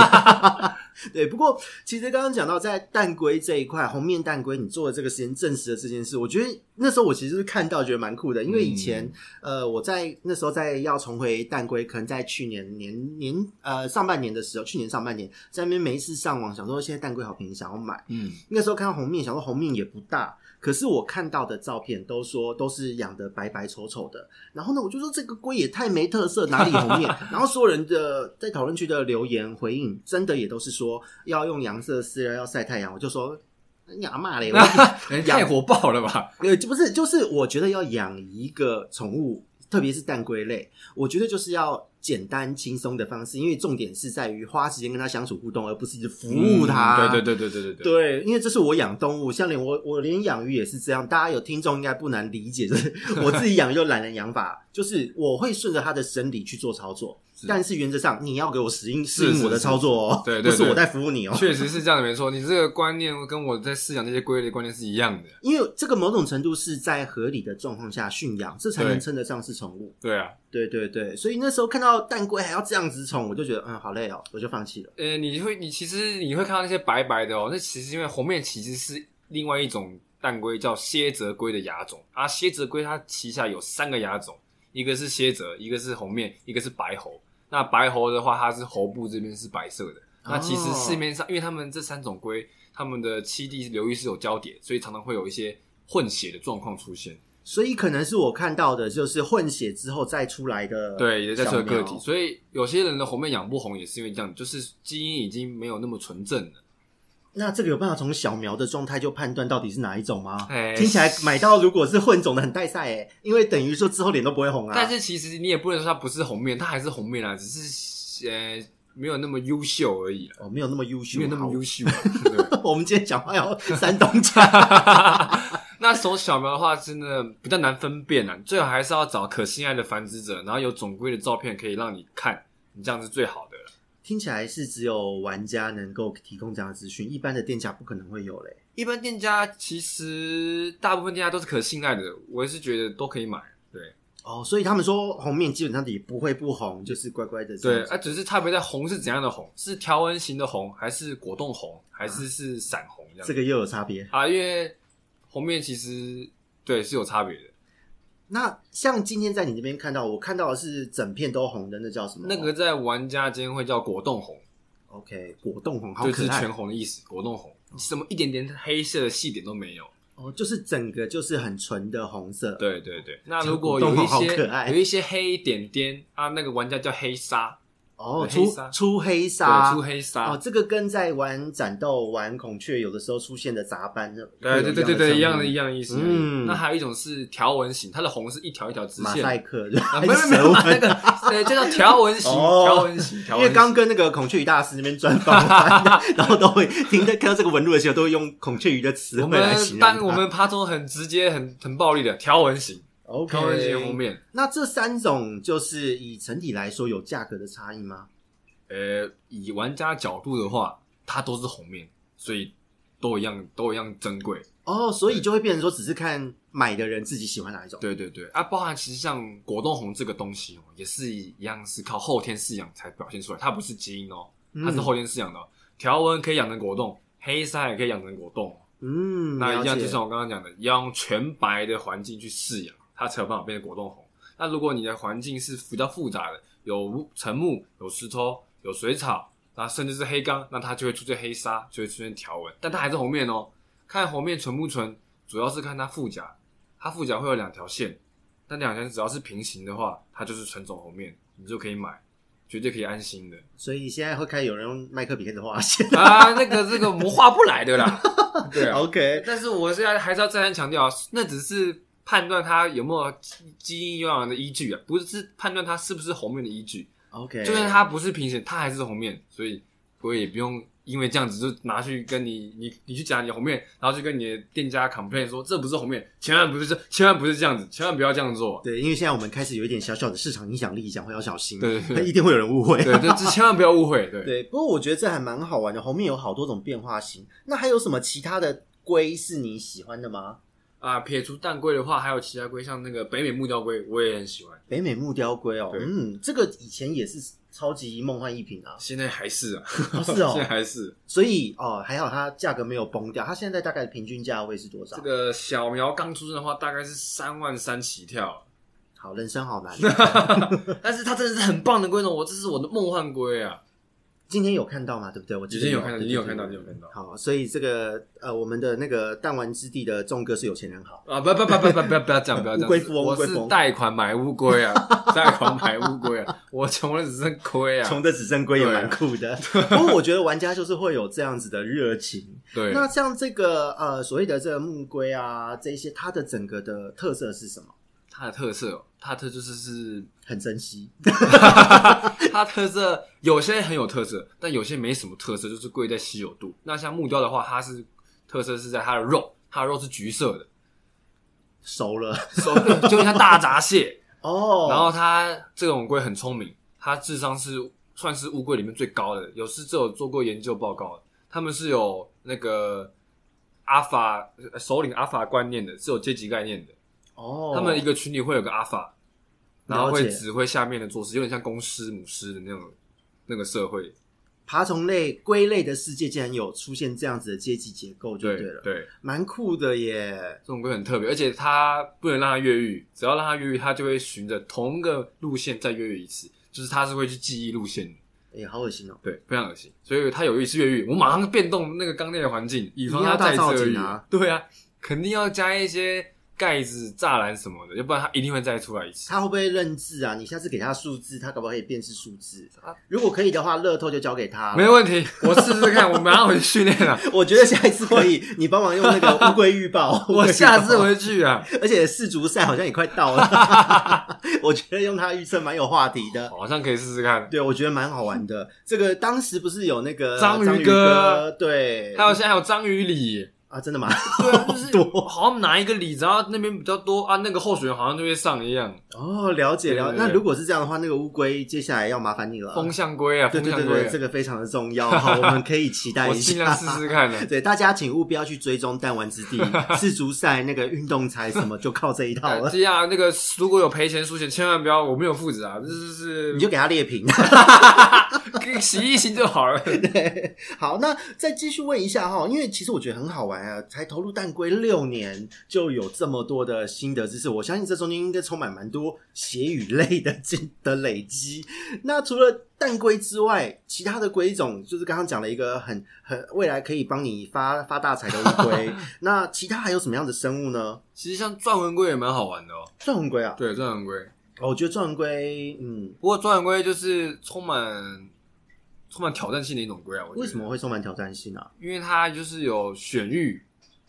对，不过其实刚刚讲到在蛋龟这一块，红面蛋龟，你做的这个实验证实了这件事，我觉得那时候我其实是看到觉得蛮酷的，因为以前、呃我在那时候在要重回蛋龟，可能在去年年年呃上半年的时候，去年上半年在那边没事上网想说现在蛋龟好便宜，想要买。
嗯，
那时候看到红面，想说红面也不大，可是我看到的照片都说都是养的白白丑丑的。然后呢，我就说这个龟也太没特色，哪里红 面？然后所有人的呃在讨论区的留言回应，真的也都是说要用阳色饲料，要晒太阳。我就说。你阿 妈嘞！我
哎太火爆了吧？
呃，不是，就是我觉得要养一个宠物，特别是蛋龟类，我觉得就是要简单轻松的方式，因为重点是在于花时间跟它相处互动，而不是一直服务它。
嗯对对对对对对对，
对，因为这是我养动物，像连我我连养鱼也是这样，大家有听众应该不难理解， 就是我自己养就懒人养法，就是我会顺着它的生理去做操作，
是
但是原则上你要给我适应
是
适应
是
我的
是
操作哦，
对
不
对
是
对
我在服务你哦。
确实是这样的，没错。你这个观念跟我在饲养这些龟类的观念是一样的。
因为这个某种程度是在合理的状况下驯养，这才能
对
称得上是宠物。
对啊，
对对对，所以那时候看到蛋龟还要这样子宠，我就觉得嗯好累哦，我就放弃了。
呃，你会，你其实你会看到那些白白的哦，那其实因为红面其实是另外一种蛋龟，叫蝎蛰龟的亚种啊。蝎蛰龟它旗下有三个亚种，一个是蝎蛰，一个是红面，一个是白喉。那白喉的话，它是喉部这边是白色的。那其实市面上，因为它们这三种龟，它们的栖地流域是有交叠，所以常常会有一些混血的状况出现。
所以可能是我看到的，就是混血之后再出来的，
对，也在测个体，
体。
所以有些人的红面养不红也是因为这样，就是基因已经没有那么纯正了。
那这个有办法从小苗的状态就判断到底是哪一种吗？
哎
听起来买到如果是混种的很带赛哎，因为等于说之后脸都不会红啊。
但是其实你也不能说它不是红面，它还是红面啦，只是呃没有那么优秀而已啦，
哦，没有那么优秀，
没有那么优
秀。
秀。对，
我们今天讲话要山东腔，
那从小苗的话，真的比较难分辨啦，最好还是要找可信赖的繁殖者，然后有总归的照片可以让你看，你这样是最好的了。
听起来是只有玩家能够提供这样的资讯，一般的店家不可能会有嘞。
一般店家其实大部分店家都是可信赖的，我是觉得都可以买。对
哦，所以他们说红面基本上也不会不红，就是乖乖的。
对，啊，只是差别在红是怎样的红，是条纹型的红，还是果冻红，还是是闪红这样？
这个又有差别。
啊，因为红面其实对是有差别的。
那像今天在你那边看到，我看到的是整片都红的，那叫什么？
那个在玩家间会叫果冻红，
OK，果冻红好
就
可
是
爱
全红的意思，果冻红，什么一点点黑色的细点都没有。
哦，就是整个就是很纯的红色。
对对对，那如果
果
有
冻红
一
好可
些
爱
有一些黑点点啊，那个玩家叫黑沙，
哦，
黑
出
沙
出黑
对，
沙，
出黑
哦，
沙，
这个跟在玩战斗、玩孔雀有的时候出现的杂斑，
对对对对对，一样的一
样
样的意思。
嗯
那还有一种是条纹型，它的红是一条一条直
马
线，
赛克，对
啊
还
没有
是
没有
蛇
没有那
纹。
个，对，就叫条纹型，
哦
条纹型，条
因
纹
为
型。
刚跟那个孔雀鱼大师那边专访完， 然后都会听到看到这个纹路的时候，都会用孔雀鱼的词
我
汇来
们
形容
但
它。
我们趴中很直接、很很暴力的条纹型，条纹型红
OK，
面，
那这三种就是以整体来说有价格的差异吗？
呃，以玩家角度的话，它都是红面，所以都一样，都一样珍贵。
哦，所以就会变成说，只是看买的人自己喜欢哪一种。
对对对，啊，包含其实像果冻红这个东西哦，也是一样是靠后天饲养才表现出来，它不是基因哦，它是
嗯
后天饲养的、哦。条纹可以养成果冻，黑沙也可以养成果冻哦，
嗯，
那
了
一样
解
就像我刚刚讲的，要用全白的环境去饲养，它才有办法变成果冻红。那如果你的环境是比较复杂的，有沉木、有石头、有水草，那甚至是黑钢，那它就会出现黑沙，就会出现条纹，但它还是红面哦。看红面纯不纯，主要是看它腹甲，它腹甲会有两条线，但两条线只要是平行的话，它就是纯种红面，你就可以买，绝对可以安心的。
所以现在会开始有人用麦克笔开始画线。
啊，那个这个魔化不来的 啦，对啊。
OK，
但是我现在还是要再三强调，啊那只是判断它有没有基基因优良的依据啊，不是判断它是不是红面的依据。
OK，
就算它不是评审，它还是红面，所以我也不用因为这样子就拿去跟你你你去讲你的红面，然后去跟你的店家 complain 说这不是红面，千万不是这，千万不是这样子，千万不要这样做。啊
对，因为现在我们开始有一点小小的市场影响力，讲话要小心，
对对对
一定会有人误会。
对，这这千万不要误会。对，
对不过我觉得这还蛮好玩的，后面有好多种变化型。那还有什么其他的龟是你喜欢的吗？
啊，撇除蛋龟的话，还有其他龟，像那个北美木雕龟，我也很喜欢，
北美木雕龟哦，
对，
嗯，这个以前也是超级梦幻一品啊
现在还是啊，
哦是哦
现在还是。啊
所以哦还好它价格没有崩掉，它现在大概平均价位是多少？
这个小苗刚出生的话，大概是三万三起 跳，
好，人生好 难。
但是它真的是很棒的龟种，我这是我的梦幻龟啊！
今天有看到吗？对不对？我记得
今天有看到
对
你有
对对
看到
对
你有看到
好，所以这个呃，我们的那个弹丸之地的众哥是有钱人好。
啊，不不不不不不不要这样， 不要这
乌龟
样，
富翁
我
乌龟
是
富翁
贷款买乌龟啊， 贷款买乌龟啊，我穷的只剩龟啊，
穷的只剩龟也蛮酷 的。不过我觉得玩家就是会有这样子的热情。
对，
那像这个呃所谓的这个木龟啊，这一些它的整个的特色是什么？
它的特色哦，它的特色就是是，
很珍惜
它的特色有些很有特色，但有些没什么特色，就是贵在稀有度。那像木雕的话，它是特色是在它的肉，它的肉是橘色的，
熟了
手 就像大闸蟹，
哦，
然后它这种龟很聪明，它智商是算是乌龟里面最高的，有是这有做过研究报告的，他们是有那个阿法首领阿法观念的，是有阶级概念的。
哦，
他们一个群里会有个阿法，然后
了
会
解
指挥下面的做事，有点像公狮母狮的那种那个社会。
爬虫类龟类的世界竟然有出现这样子的阶级结构，就
对
对了，
对，
蛮酷的耶。
这种龟很特别，而且它不能让它越狱，只要让它越狱，它就会循着同一个路线再越狱一次，就是它是会去记忆路线的。
哎、好恶心哦！
对，非常恶心。所以他有一次越狱，我马上变动那个缸内的环境，以防
一定要
他
大
再
造
次越
景
狱。
啊
对啊，肯定要加一些盖子、栅栏什么的，要不然他一定会再出来一次。
它会不会认字啊？你下次给它数字，它搞不好可以辨识数字
啊。
如果可以的话，乐透就交给它。
没问题，我试试看，我马上回去训练 啊了。
我觉得下一次可 以，你帮忙用那个乌龟预报。
我下次
乌龟预
回去啊，
报，而且世足赛好像也快到了，我觉得用它预测蛮有话题的。
好像可以试试看。
对，我觉得蛮好玩的。这个当时不是有那个
章鱼
章
哥
对，
还有现在还有章鱼李，
啊，真的吗？
对啊，就是 好像拿一个里子，然后那边比较多啊，那个候选人好像就会上一样。
哦，了解
对
了解。
对
那
对
如果是这样的话，那个乌龟接下来要麻烦你了。
风向龟啊，
呃对
风
对对
向
对，
龟
这
啊，
个非常的重要，好，我们可以期待
我
一
尽量
下。
试试 看的。
对大家，请务必要去追踪弹丸之地、世足赛那个运动才什么，就靠这一套了。
这样啊那个如果有赔钱输钱，千万不要，我没有父子啊，这就是
你就给他列平。
给 洗一洗就好了。
对，好，那再继续问一下哈，因为其实我觉得很好玩啊，才投入蛋龟六年就有这么多的心得知识，我相信这中间应该充满蛮多血与泪的积的累积。那除了蛋龟之外，其他的龟种就是刚刚讲了一个很很未来可以帮你发发大财的乌龟，那其他还有什么样的生物呢？
其实像钻纹龟也蛮好玩的哦。
钻红龟啊，
对，钻纹龟，
哦我觉得钻红龟，嗯，
不过钻纹龟就是充满充满挑战性的一种龟啊。我觉得
为什么？会充满挑战性啊？
因为它就是有选育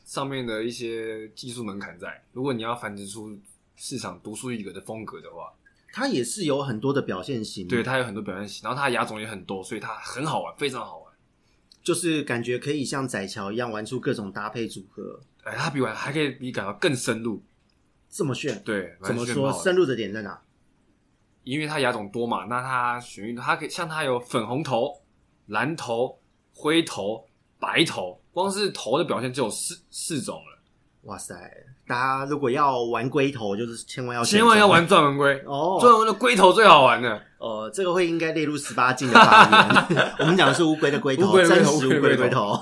上面的一些技术门槛在。如果你要繁殖出市场独树一格的风格的话，
它也是有很多的表现型，
对，它有很多表现型，然后它的牙种也很多，所以它很好玩，非常好玩。
就是感觉可以像窄桥一样玩出各种搭配组合，
哎，它比玩还可以比感到更深入，
这么炫。
对，
怎么
蛮炫
说？
爆的
深入的点在哪？
因为它牙种多嘛，那它选育它可以像它有粉红头、蓝头、灰头、白头，光是头的表现就有四四种了。
哇塞！大家如果要玩龟头，就是千万要选
千万要
择
玩钻纹龟，钻
哦。
纹的龟头最好玩了。
呃，这个会应该列入十八禁的发 言。我们讲的是乌龟的龟
乌
头，
龟的龟
真
头
实
乌龟
乌龟的
的
龟
龟
头。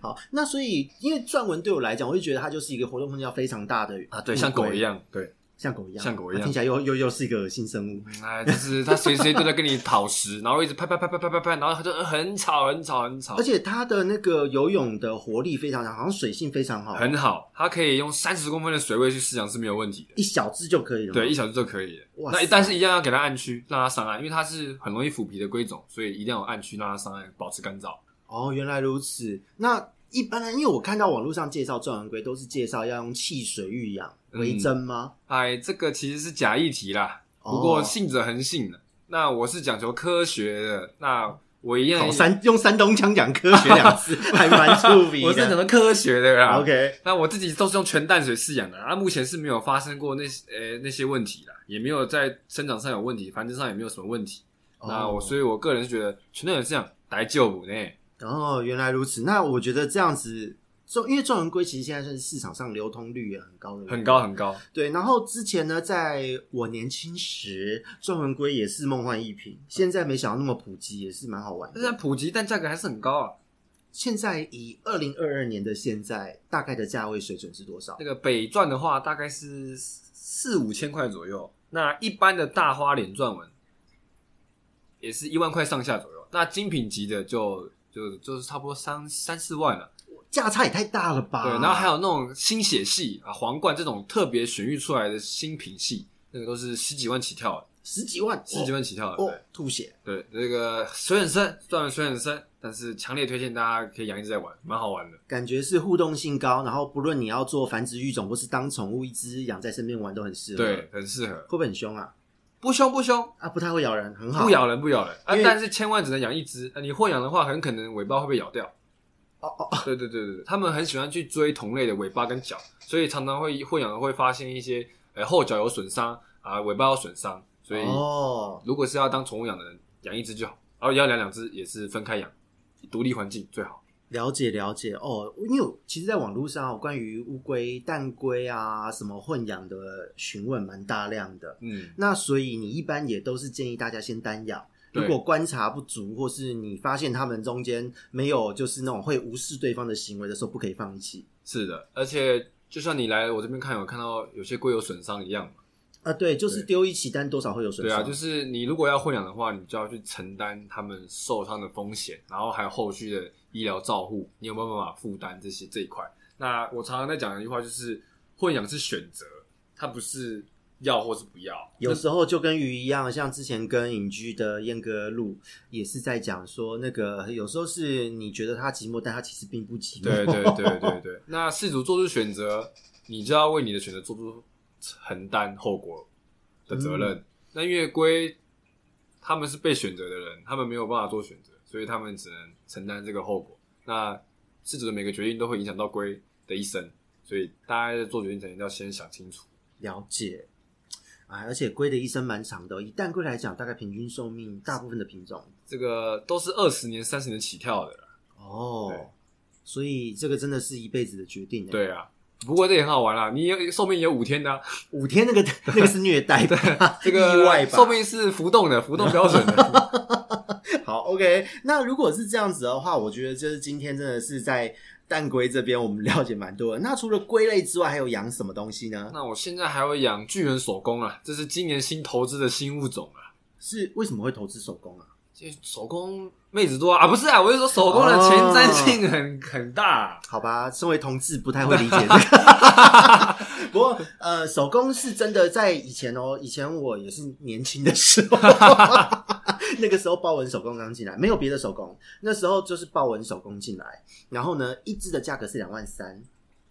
好，那所以因为撰文对我来讲，我就觉得它就是一个活动空间非常大的
啊，对，像狗一，样，对，
像狗一样，
像狗一
啊
样
听起来又又又是一个恶心生物。
嗯哎，就是它随时都在跟你讨食，然后一直拍拍拍拍拍拍拍，然后它就很吵很吵很吵
而，且它的那个游泳的活力非常强，好像水性非常好，
很好，它可以用三十公分的水位去饲养是没有问题的。
一小只就可以了。
对，一小时就可以了。
哇
那
塞
但是一样要给它按区，让它上岸，因为它是很容易腐皮的龟种，所以一定要有按区让它上岸，保持干燥。
哦，原来如此。那一般呢？因为我看到网络上介绍钻纹龟都是介绍要用汽水浴养
嗯
为真吗？
哎，这个其实是假议题啦，
哦
不过信者恒信的。那我是讲求科学的，那我一样
好，，山用山东腔讲科学两 次，还蛮触鼻
我是讲啊
的。
求科学的啦。
OK，
那我自己都是用全淡水饲养的，那啊目前是没有发生过那些呃、那些问题啦，也没有在生长上有问题，繁殖上也没有什么问题。 那我所以，我个人是觉得全淡水饲养来救母呢。
哦，原来如此。那我觉得这样子。就因为钻纹龟其实现在是市场上流通率也很高的，
很高。很高，
对，然后之前呢，在我年轻时，钻纹龟也是梦幻一品。现在没想到那么普及，也是蛮好玩的。
但是它普及，但价格还是很高啊。
现在以二零二二年的现在，大概的价位水准是多少
那？个北钻的话，大概是四五千块左右。那一般的大花脸钻纹也是一万块上下左右。那精品级的就就就是差不多三三四万了。
价差也太大了吧？
对，然后还有那种新血系啊、皇冠这种特别选育出来的新品系，那个都是十几万起跳的，
十几万，
十几万起跳的。
哦，吐血。
对，对，那个水很深，钻纹水很深，但是强烈推荐大家可以养一只来玩，蛮好玩的。
感觉是互动性高，然后不论你要做繁殖育种或是当宠物，一只养在身边玩都很适合。
对
会，
很适合，
不会很凶啊？
不凶不凶，
啊，不太会咬人，很好。
不咬人，不咬人啊
因为！
但是千万只能养一只，啊你混养的话，很可能尾巴会被咬掉。
哦哦，
对对对对对，他们很喜欢去追同类的尾巴跟脚，所以常常会混养的会发现一些呃后脚有损伤啊，尾巴有损伤，所以
哦，
如果是要当宠物养的人，养一只就好，然后要养两只也是分开养，独立环境最好。
了解了解哦。因为我其实，在网络上、哦、关于乌龟、蛋龟啊什么混养的询问蛮大量的。
嗯，
那所以你一般也都是建议大家先单养。
对
如果观察不足，或是你发现他们中间没有就是那种会无视对方的行为的时候，不可以放弃
是的，而且就像你来我这边看，有看到有些龟有损伤一样嘛。
啊。对，就是
对
丢一起单多少会有损
对
伤。
啊，就是你如果要混养的话，你就要去承担他们受伤的风险，然后还有后续的医疗照护，你有没有办法负担这些这一块？那我常常在讲一句话，就是混养是选择，它不是要或是不要。
有时候就跟鱼一样，像之前跟隐居的燕哥录也是在讲说，那个有时候是你觉得他寂寞，但他其实并不 寂寞。
对对对对对， 那事主做出选择，你就要为你的选择做出承担后果的责
嗯
任。那因为龟他们是被选择的人，他们没有办法做选择，所以他们只能承担这个后果。那饲主的每个决定都会影响到龟的一生，所以大家在做决定前要先想清楚。
了解。啊，而且龟的一生蛮长的哦、以蛋龟来讲，大概平均寿命大部分的品种
这个都是二十年、三十年起跳的啦。对
哦，所以这个真的是一辈子的决定。，欸
对啊，不过这也很好玩啦，你有寿命也有五天的啊、
五天那个那个是虐待吧，
这个
意外吧，
寿命是浮动的，浮动标准的。
好，OK。那如果是这样子的话，我觉得就是今天真的是在蛋龟这边我们了解蛮多的。那除了龟类之外，还有养什么东西呢？
那我现在还会养巨人手工啊，这是今年新投资的新物种啊。
是为什么会投资手工啊？
这手工妹子多啊，啊不是啊，我是说手工的前
哦
瞻性很、 很大、啊
好吧，身为同志不太会理解这个。 不过，呃，手工是真的，在以前哦，以前我也是年轻的时候， 那个时候豹纹手工刚进来，没有别的手工，那时候就是豹纹手工进来，然后呢，一只的价格是两万三，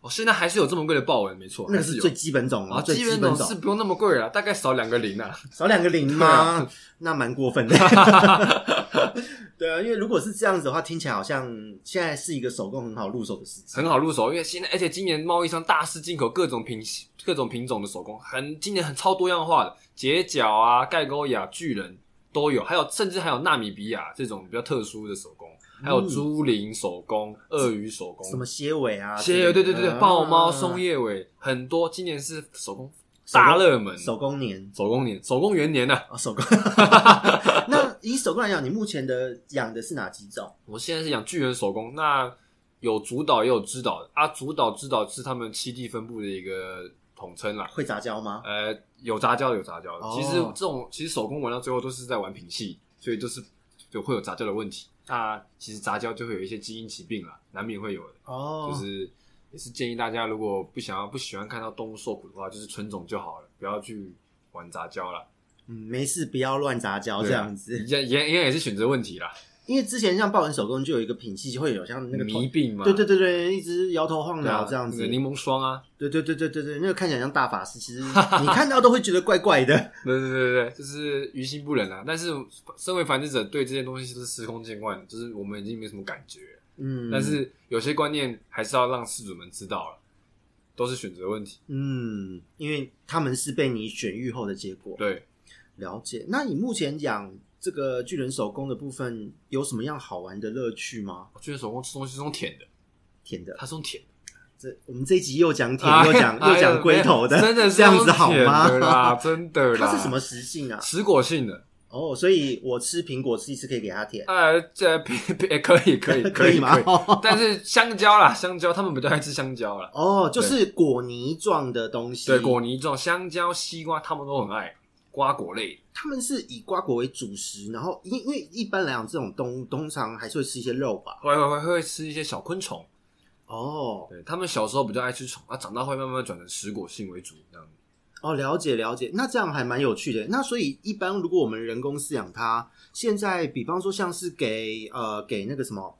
我、现在还是有这么贵的豹纹，没错，
那
还
个
是
是
有
最基本种哦，
啊，
最
基
基
本
本
种
种
是不用那么贵了，大概少两个零啊。
少两个零吗？
对
那蛮过分 的。对啊，因为如果是这样子的话，听起来好像现在是一个手工很好入手的时机。
很好入手，因为现在而且今年贸易商大肆进口各种品各种品种的手工，很今年很超多样化的截角啊、盖沟亚、巨人都有，还有甚至还有纳米比亚这种比较特殊的手工，还
嗯
有猪鳞手工、鳄鱼手工
什，么蝎尾啊之类
蝎
的，
对对对对，豹猫、松
叶
叶尾很多，今年是手工大热门，
手工年
手工年、手工元年啊呢、
哦，手工。那以手工来讲，你目前的养的是哪几种？
我现在是养巨人手工，那有主导也有支导的啊，主导支导是他们七地分布的一个统称啦。
会杂交吗？
呃，有杂交的有杂交的
哦
其实这种其实手工玩到最后都是在玩品系，所以就是就会有杂交的问题。那其实杂交就会有一些基因疾病啦，难免会有的。
哦，
就是也是建议大家，如果不想要不喜欢看到动物受苦的话，就是纯种就好了，不要去玩杂交啦。
嗯，没事，不要乱杂交
对啊
这样子。
也也也也是选择问题啦，
因为之前像豹纹手工就有一个品系，会有像那个头
迷病嘛，
对对对对，一直摇头晃
对啊
脑这样子
那个。柠檬霜啊，
对对对对对对，那个看起来像大法师，其实你看到都会觉得怪怪的。
对对对对，对，就是于心不忍啊。但是身为繁殖者，对这些东西都是司空见惯的，就是我们已经没什么感觉了。
嗯，
但是有些观念还是要让事主们知道了，都是选择问题。
嗯，因为他们是被你选育后的结果。
对，
了解。那你目前养这个巨人手工的部分有什么样好玩的乐趣吗？
我觉得手工吃东西是用舔的，
甜的，
它是用舔的，
这我们这一集又讲舔，
哎
又讲
哎
又讲龟头的，
没有真的是
这样子好
用舔的啦，
吗？
真的 啦。
它是什么食性啊？
食果性的？
哦，所以我吃苹果吃一次可以给它舔，
呃，这呸呸，可以可以
可以
以
吗？
但是香蕉啦，香蕉他们比较爱吃香蕉啦。
哦，就是果泥状的东西。
对，果泥这种香蕉、西瓜，他们都很爱瓜果类。
他们是以瓜果为主食，然后因因为一般来讲，这种动物通常还是会吃一些肉吧。
会会会会吃一些小昆虫，
哦
对他们小时候比较爱吃虫，啊，长大会慢慢转成食果性为主这样子。
哦，了解了解，那这样还蛮有趣的。那所以一般如果我们人工饲养它，现在比方说像是给呃给那个什么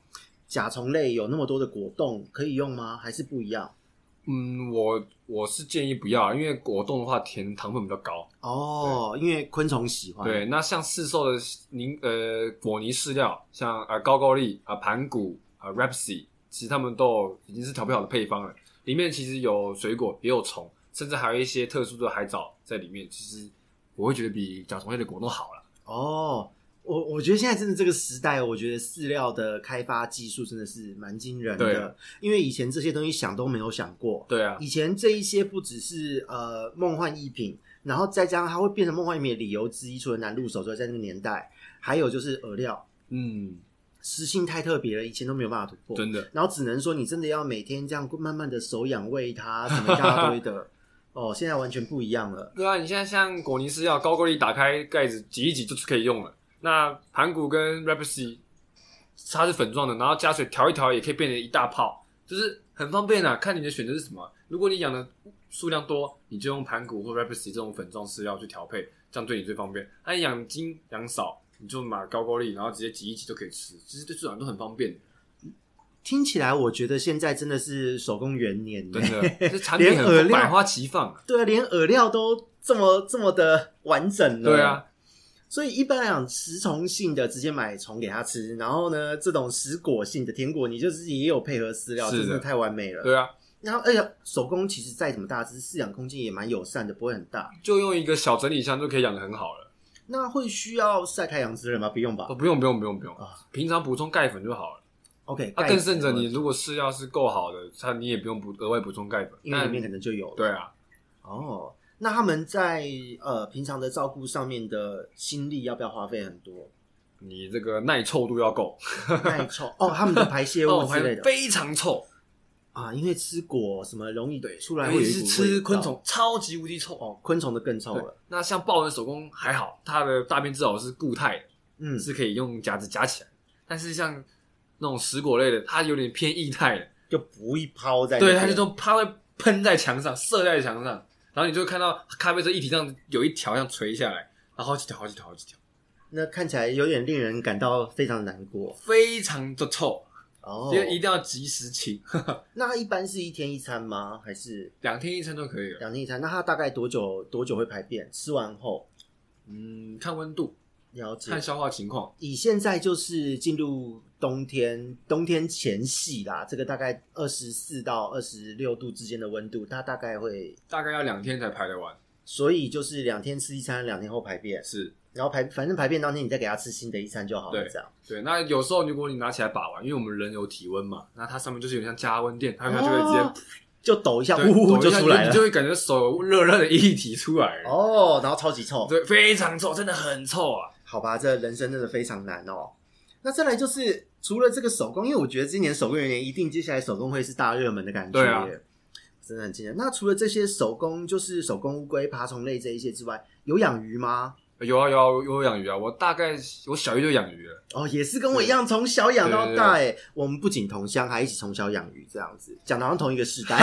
甲虫类有那么多的果冻可以用吗？还是不一样？
嗯，我我是建议不要，因为果冻的话甜糖分比较高。
哦，因为昆虫喜欢。
对，那像市售的凝呃果泥饲料，像呃高高丽啊、盘古啊、Rapsi，其实他们都有已经是调配好的配方了。里面其实有水果，也有虫，甚至还有一些特殊的海藻在里面。其实我会觉得比甲虫类的果冻好了。
哦，我我觉得现在真的这个时代，我觉得饲料的开发技术真的是蛮惊人
对
的
啊，
因为以前这些东西想都没有想过。
对啊，
以前这一些不只是呃梦幻逸品，然后再加上它会变成梦幻逸品的理由之一，除了难入手之外，在那个年代，还有就是饵料
嗯，
食性太特别了，以前都没有办法突破。
真的。
然后只能说你真的要每天这样慢慢的手养喂它，什么一大堆 的。哦，现在完全不一样了。
对啊，你现在像果泥饲料，高高丽打开盖子挤一挤就是可以用了。那盘古跟 Rapsi 它是粉状的，然后加水调一调也可以变成一大泡，就是很方便啊。看你的选择是什么，如果你养的数量多，你就用盘古或 Rapsi 这种粉状饲料去调配，这样对你最方便。那、你养精养少，你就买高高丽，然后直接挤一挤就可以吃，其实对饲养都很方便，
听起来我觉得现在真的是手工元年呢
真。的。 这产 品
连饵
很
料
百花齐放啊。
对啊，连饵料都这么这么的完整了。
对啊，
所以一般来讲，食虫性的直接买虫给它吃，然后呢，这种食果性的甜果，你就是也有配合饲料，这
是的
真的太完美了。
对啊，
然后，而且手工其实再怎么大只，饲养空间也蛮友善的，不会很大。
就用一个小整理箱就可以养得很好了。
那会需要晒太阳之类吗？不用吧
哦，。不用不用不用不用
啊，
平常补充钙粉就好了。
OK，
啊，
钙
更
质
甚者，
的
你
话
如果饲料是够好的，它你也不用补额外补充钙粉。
因为里面可
但
能就有了。
对啊，
哦，那他们在呃平常的照顾上面的心力要不要花费很多？
你这个耐臭度要够，
耐臭哦，他们的排泄物
哦，
之
还
类的、
非常臭，
啊，因为吃果什么容易出来
尤
会有
其
一股
是吃
味道
昆虫，超级无敌臭。
哦，昆虫的更臭
对
了。，
那像豹纹手工还好，它的大便至少是固态的，
嗯，
是可以用夹子夹起来。但是像那种食果类的，它有点偏液态的，
就不一抛在那
对，
边
它就都它会喷在墙上，射在墙上，然后你就会看到咖啡色液体上有一条这样垂下来，然后好几条、好几条、好几条，
那看起来有点令人感到非常难过
非常的臭，
哦
所。以一定要及时清，
那一般是一天一餐吗？还是
两天一餐就可以了。
两天一餐？那它大概多久多久会排便？吃完后
嗯，看温度，
了解
看。消化情况。
以现在就是进入冬天，冬天前夕啦，这个大概二十四到二十六度之间的温度，它大概会，
大概要两天才排得完，
所以就是两天吃一餐，两天后排便，
是
然后排反正排便当天你再给它吃新的一餐就好了，
对
这样。
对。那有时候如果你拿起来把玩，因为我们人有体温嘛，那它上面就是有点像加温垫，它它就会直接
哦就抖一下，
对，
呜
抖
呼
一
就
下
出来
你
了
就。会感觉手热热的液体出来了。
哦，然后超级臭，
对，非常臭，真的很臭啊！
好吧，这人生真的非常难哦。那再来就是除了这个手工，因为我觉得今年手工有点一定，接下来手工会是大热门的感觉。
对啊，
真的很惊人。那除了这些手工，就是手工乌龟、爬虫类这一些之外，有养鱼吗？
有啊有啊，我有养鱼啊！我大概我小鱼就养鱼了，
哦，也是跟我一样，从小养到
对对
大哎、我们不仅同乡，还一起从小养鱼，这样子讲的好像同一个世 代。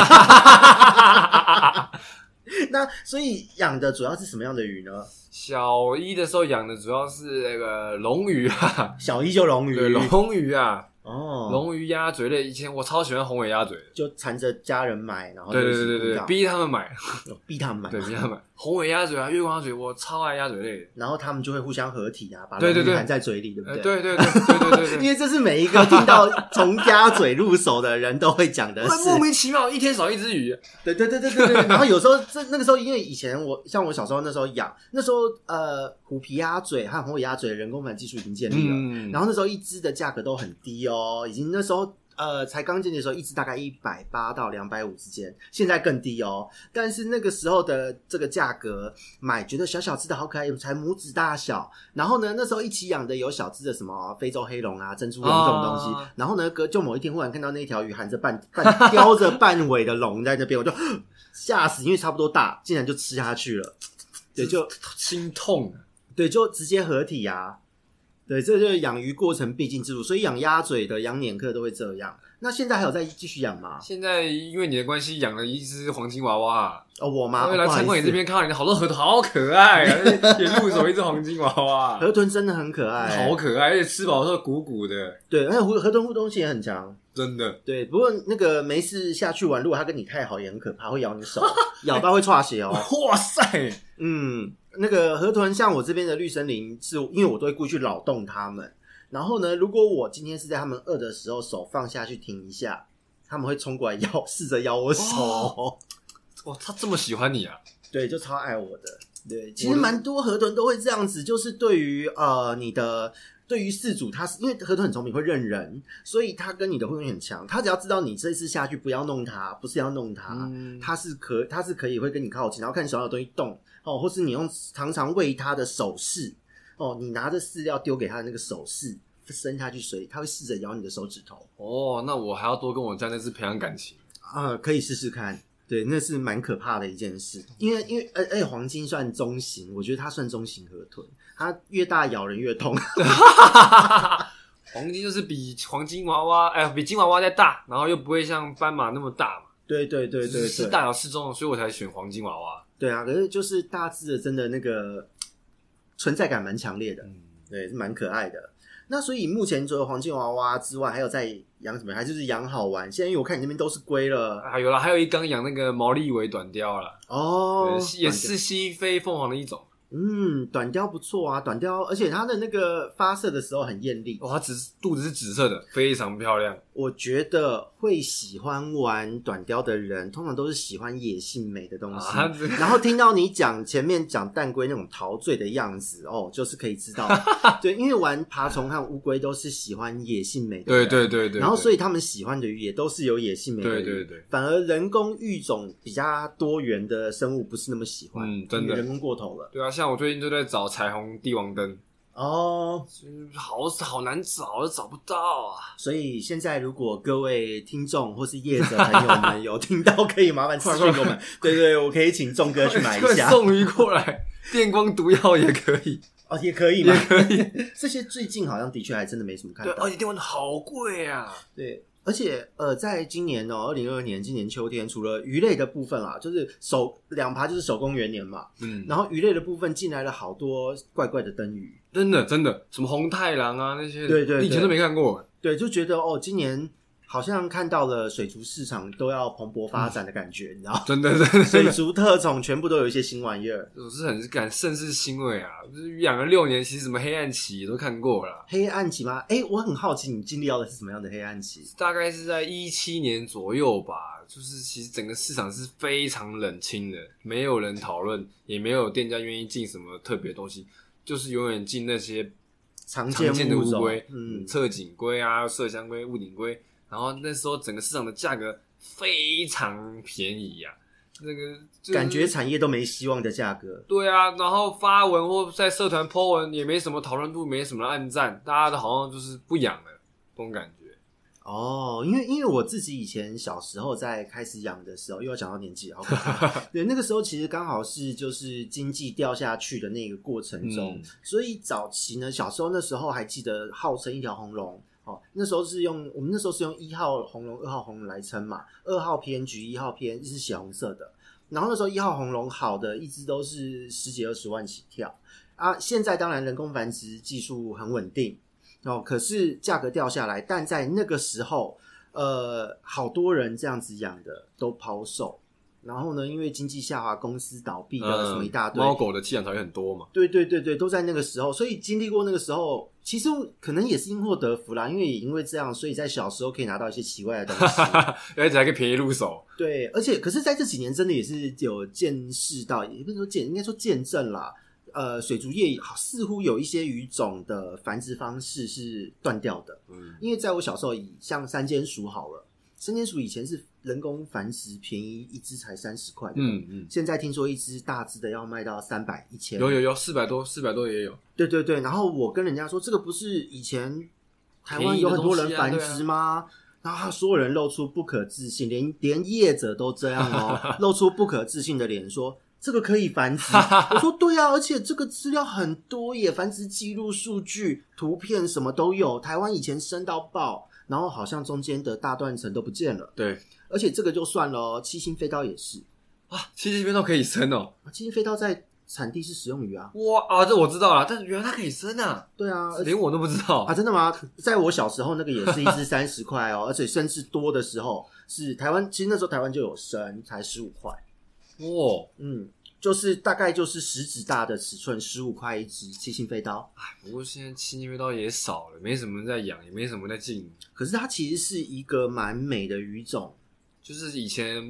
那所以养的主要是什么样的鱼呢？
小一的时候养的主要是那个龙鱼啊，
小一就龙鱼，
对，龙鱼啊，
哦，
龙鱼鸭嘴类，以前我超喜欢红尾鸭嘴的，
就缠着家人买，然后
对
哦就
对
一起
对对
鼓
对，
掌
逼他 们买，
哦逼他们买，
对，逼他们买红尾鸭嘴啊，月光鸭嘴，我超爱鸭嘴类的，
然后他们就会互相合体啊，把
对
龙
对
鱼
对
含在嘴里，对不
呃，
对？
对对对对对对对
因为这是每一个听到从鸭嘴入手的人都会讲 的
会
事
莫，名其妙一天少一只鱼，
对对对对对对。然后有时候这那个时候，因为以前我像我小时候那时候养，那时候呃虎皮鸭嘴和红尾鸭嘴的人工繁殖技术已经建立了，
嗯，
然后那时候一只的价格都很低哦，已经那时候呃才刚建立的时候，一只大概一百八到两百五之间，现在更低哦。但是那个时候的这个价格买，觉得小小只的好可爱，才拇指大小。然后呢，那时候一起养的有小只的什么非洲黑龙啊、珍珠龙这种东西。
啊
然后呢，隔就某一天忽然看到那条鱼含着半半叼着半尾的龙在那边，我就 吓死，因为差不多大，竟然就吃下去了。对，就
心痛啊。
对，就直接合体啊。对，这就是养鱼过程必经之路，所以养鸭嘴的、养鲶科都会这样。那现在还有在继续养吗？
现在因为你的关系，养了一只黄金娃娃、啊，
哦，我吗？
因
哦
为来
不好
参观
意
你
思
这边看到你的好多河豚，好 可爱啊！也入手一只黄金娃娃、
河豚真的很可爱，
好可爱，而且吃饱之后鼓鼓的，
对，而且河河豚互动性也很强。
真的。
对，不过那个没事下去玩，如果它跟你太好，也很可怕，会咬 你手，咬到会岔血哦。
哇塞，
嗯，那个河豚像我这边的绿森林是，因为我都会故意去扰动它们。然后呢，如果我今天是在它们饿的时候手放下去停一下，它们会冲过来咬，试着咬我手。
哦哇，他这么喜欢你啊？
对，就超爱我的。对，其
我
实
的
蛮多河豚都会这样子，就是对于呃你的对于饲主，他是因为河豚很聪明，会认人，所以他跟你的互动性很强。他只要知道你这次下去不要弄它，不是要弄它，
嗯，
它是可它是可以会跟你靠近，然后看手上有东西动哦，或是你用常常喂它的手势哦，你拿着饲料丢给它的那个手势伸下去水里，它会试着咬你的手指头
哦，那我还要多跟我家那只培养感情。
啊、可以试试看。对，那是蛮可怕的一件事，因为因为而而且黄金算中型，我觉得它算中型河豚，它越大咬人越痛。
黄金就是比黄金娃娃，哎、比金娃娃再大，然后又不会像斑马那么大嘛，
对对对对
是
对，
大小适中的，所以我才选黄金娃娃。
对啊，可是就是大致的，真的那个存在感蛮强烈的。
嗯，
对，是蛮可爱的。那所以目前除了黄金娃娃之外，还有在养什么？还就是养好玩。现在因为我看你那边都是龟了
啊，有了，还有一缸养那个毛利尾短鲷了。
哦
对，，也是西非凤凰的一种。
嗯，短鲷不错啊，短鲷，而且它的那个发射的时候很艳丽，
哇，它紫肚子是紫色的，非常漂亮。
我觉得会喜欢玩短鲷的人，通常都是喜欢野性美的东西。
啊，这 个
然后听到你讲前面讲蛋龟那种陶醉的样子，哦，就是可以知 道，对，因为玩爬虫和乌龟都是喜欢野性美的
对
人，
对对对，
然后所
以
以他们喜欢的鱼也都是有野性美的
对
鱼，
对对，
反而人工育种比较多元的生物不是那么喜欢，
嗯真
因
的
为人工过头了
对啊，像我最近就在找彩虹帝王灯，
哦。
嗯好好难找，找不到啊！
所以现在如果各位听众或是业者朋友们有听到，可以麻烦私信给我 们。对对，我可以请仲哥去买一
快
下
送鱼过来，电光毒药也可以。
哦，也可以嘛，可以。 这些最近好像的确还真的没什么看
对，哦
到
而。且电光好贵啊！
对，而且呃，在今年哦、2二零二二年今年秋天，除了鱼类的部分啊，就是手两爬就是手工元年嘛，
嗯，
然后鱼类的部分进来了好多怪怪的灯鱼，
真的真的，什么红太狼啊那些，
对对对
以前都没看过。。
对，就觉得哦，今年好像看到了水族市场都要蓬勃发展的感觉，你知道
真的 真的，
水族特种全部都有一些新玩意儿，
我是很感甚是欣慰啊！就是养了六年，其实什么黑暗期也都看过了，
黑暗期吗？哎、我很好奇你经历到的是什么样的黑暗期？
大概是在一七年左右吧。就是其实整个市场是非常冷清的，没有人讨论，也没有店家愿意进什么特别的东西，就是永远进那些
常
常见的
物
乌
种
龟，
嗯，
侧颈龟啊、麝香龟、雾顶龟，然后那时候整个市场的价格非常便宜呀、那个、就是
感觉产业都没希望的价格，
对啊，然后发文或在社团 po 文也没什么讨论度，没什么暗赞，大家都好像就是不养了，这种感觉。
哦，因为因为我自己以前小时候在开始养的时候，又要讲到年纪了，好可怕对，那个时候其实刚好是就是经济掉下去的那个过程中，
嗯
所以早期呢，小时候那时候还记得号称一条红龙。哦，那时候是用我们那时候是用一号红龙、二号红龙来称嘛，二号偏橘，一号偏是血红色的。然后那时候一号红龙好的一直都是十几二十万起跳啊。现在当然人工繁殖技术很稳定，哦，可是价格掉下来，但在那个时候，呃，好多人这样子养的都抛售，然后呢，因为经济下滑，公司倒闭的什么一大堆，
嗯猫狗的弃养条件很多嘛。
对对对对，都在那个时候，所以经历过那个时候，其实可能也是因祸得福啦，因为也因为这样，所以在小时候可以拿到一些奇怪的东 西。
而且还可以便宜入手，
对，而且可是在这几年真的也是有见识到，也不是说见，应该说见证啦。呃，水族业好似乎有一些鱼种的繁殖方式是断掉的，
嗯，
因为在我小时候以，像三间鼠好了，三间鼠以前是人工繁殖，便宜一只才三十块，，
嗯嗯，
现在听说一只大只的要卖到三百一千，
有有有，四百多四百多也有，
对对对，然后我跟人家说，这个不是以前台湾
便宜
有
的
很多人
东西啊
繁
对啊
殖吗？然后他所有人露出不可置信，连连业者都这样 哦，露出不可置信的脸说。这个可以繁殖，我说对啊，而且这个资料很多耶，繁殖记录、数据、图片什么都有。台湾以前生到爆，然后好像中间的大断层都不见了，
对
而且这个就算了哦，七星飞刀也是，
啊，七星飞刀可以生哦，
啊七星飞刀在产地是食用鱼啊，
哇啊，这我知道了，但是原来它可以生啊，
对啊，而且
连我都不知道
啊，，真的吗？在我小时候，那个也是一只三十块哦，而且甚至多的时候是台湾，其实那时候台湾就有生，才十五块，
哇，
嗯，就是大概就是食指大的尺寸，十五块一只七星飞刀。
不过现在七星飞刀也少了，没什么人在养，也没什么在进，
可是它其实是一个蛮美的鱼种，
就是以前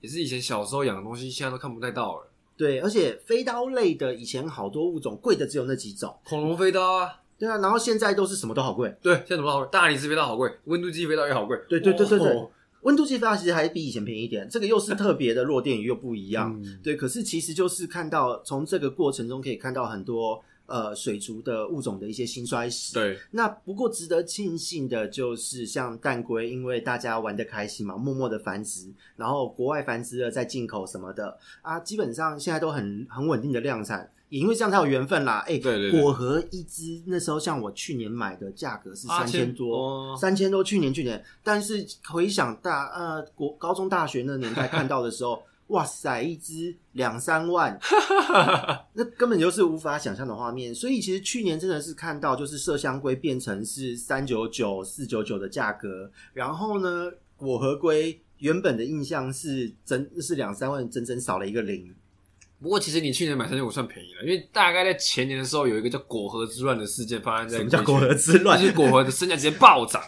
也是以前小时候养的东西，现在都看不太到了。
对，而且飞刀类的以前好多物种贵的只有那几种，
恐龙飞刀啊，
对啊，然后现在都是什么都好贵，
对，现在怎么好贵？大理石飞刀好贵，温度计飞刀也好贵。哦
对对对对对
哇
温度计飞刀其实还比以前便宜一点，这个又是特别的落电鱼又不一样，
嗯
对，可是其实就是看到从这个过程中可以看到很多呃水族的物种的一些兴衰史。，
对，
那不过值得庆幸的就是像蛋龟，因为大家玩的开心嘛，默默的繁殖，然后国外繁殖了再进口什么的啊，基本上现在都很很稳定的量产。也因为这样才有缘分啦，哎、
对对对
果核一只那时候像我去年买的价格是三千多，
哦
三千多，去年去年，但是回想大呃国高中大学那年代看到的时 候，哇塞，一只两三万，那根本就是无法想象的画面。所以其实去年真的是看到，就是麝香龟变成是三九九、四九九的价格，然后呢，果核龟原本的印象是整是两三万，整整少了一个零。
不过其实你去年买三千五算便宜了，因为大概在前年的时候有一个叫果核之乱的事件发生在
什么叫
贵
果
圈
核之乱
就？是果核的身价直接暴涨，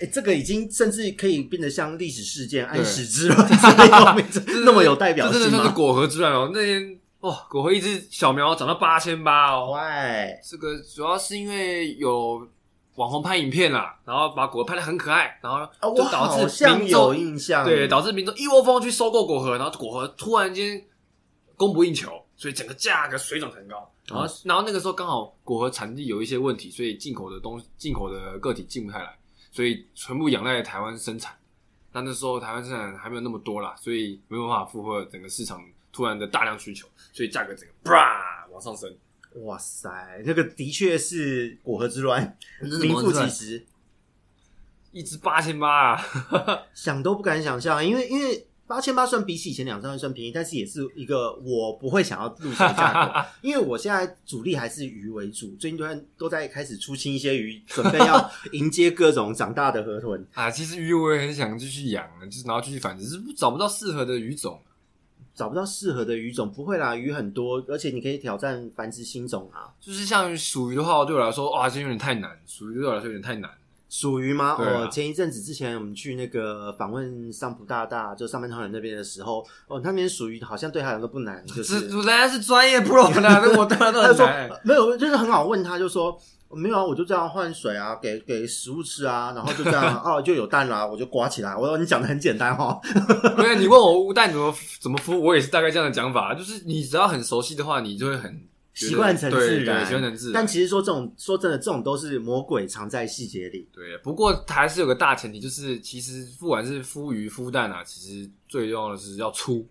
哎，这个已经甚至可以变得像历史事件、安
对
史之乱之类的名 字， 那么有代表
这真
性
的算是
吗？
果核之乱哦。那天哇，果核一只小苗涨到八千八哦，
喂，
这个主要是因为有网红拍影片啦，然后把果核拍的很可爱，然后
啊，我
就导
好
致
像
民
有
众
印象，
对导致民众一窝蜂去收购果核，然后果核突然间供不应求，所以整个价格水涨船高。然
嗯
后，然后那个时候刚好果核产地有一些问题，所以进口的东进口的个体进不太来，所以全部仰赖台湾生产。那那时候台湾生产还没有那么多啦，所以没有办法负荷整个市场突然的大量需求，所以价格整个啪往上升。
哇塞，那个的确是果核之乱，名副其实，
一只八千八啊！
想都不敢想象，因为因为。八千八算比起以前两三万算便宜，但是也是一个我不会想要入手的价 格，因为我现在主力还是鱼为主，最近都在都在开始出清一些鱼，准备要迎接各种长大的河豚。
啊，其实鱼我也很想继续养，就是然后继续繁殖，只是找不到适合的鱼种。啊
找不到适合的鱼种，不会啦，鱼很多，而且你可以挑战繁殖新种啊。
就是像属鱼的话，对我来说，哇，这有点太难。属鱼对我来说有点太难。
属鱼吗？
对啊
哦，前一阵子之前我们去那个访问上普大大，就上班超人那边的时候，哦，那边属鱼好像对他来说不难，就
这
是
人家是专业 pro 的，啊那我当然都
他就
很
说
难。啊
没有，就是很好问他，就说没有啊，我就这样换水啊，给给食物吃啊，然后就这样 哦，就有蛋啦，我就刮起来。我说你讲的很简单哦，
没有，你问我乌蛋怎么怎么孵，我也是大概这样的讲法。啊就是你只要很熟悉的话，你就会很觉得
习惯成自
对对
然，
习惯成自然
但。其实说这种说真的，这种都是魔鬼藏在细节里。
对，不过还是有个大前提，就是其实不管是孵鱼、孵蛋啊，其实最重要的是要粗，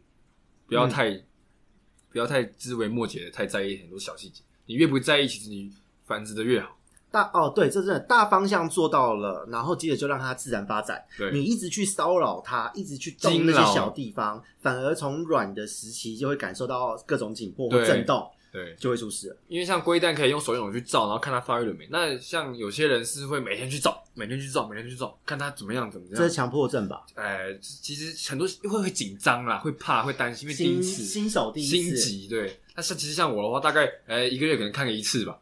不要太、不要太枝微末节，太在意很多小细节。你越不在意，其实你繁殖的越好。
大哦，对，这真的大方向做到了，然后接着就让它自然发展。
对，
你一直去骚扰它，一直去动
惊
那
扰
些小地方，反而从软的时期就会感受到各种紧迫或
对
震动，
对，
就会出事了。
因为像龟蛋可以用手泳去照，然后看它发育了没。那像有些人是会每天去照，每天去照，每天去照，看它怎么样怎么
这是
样。
强迫症吧？
呃，其实很多会会紧张啦，会怕，会担心，因为第
新
一次
新手第一
心
次
急。对，那像其实像我的话，大概呃一个月可能看个一次吧，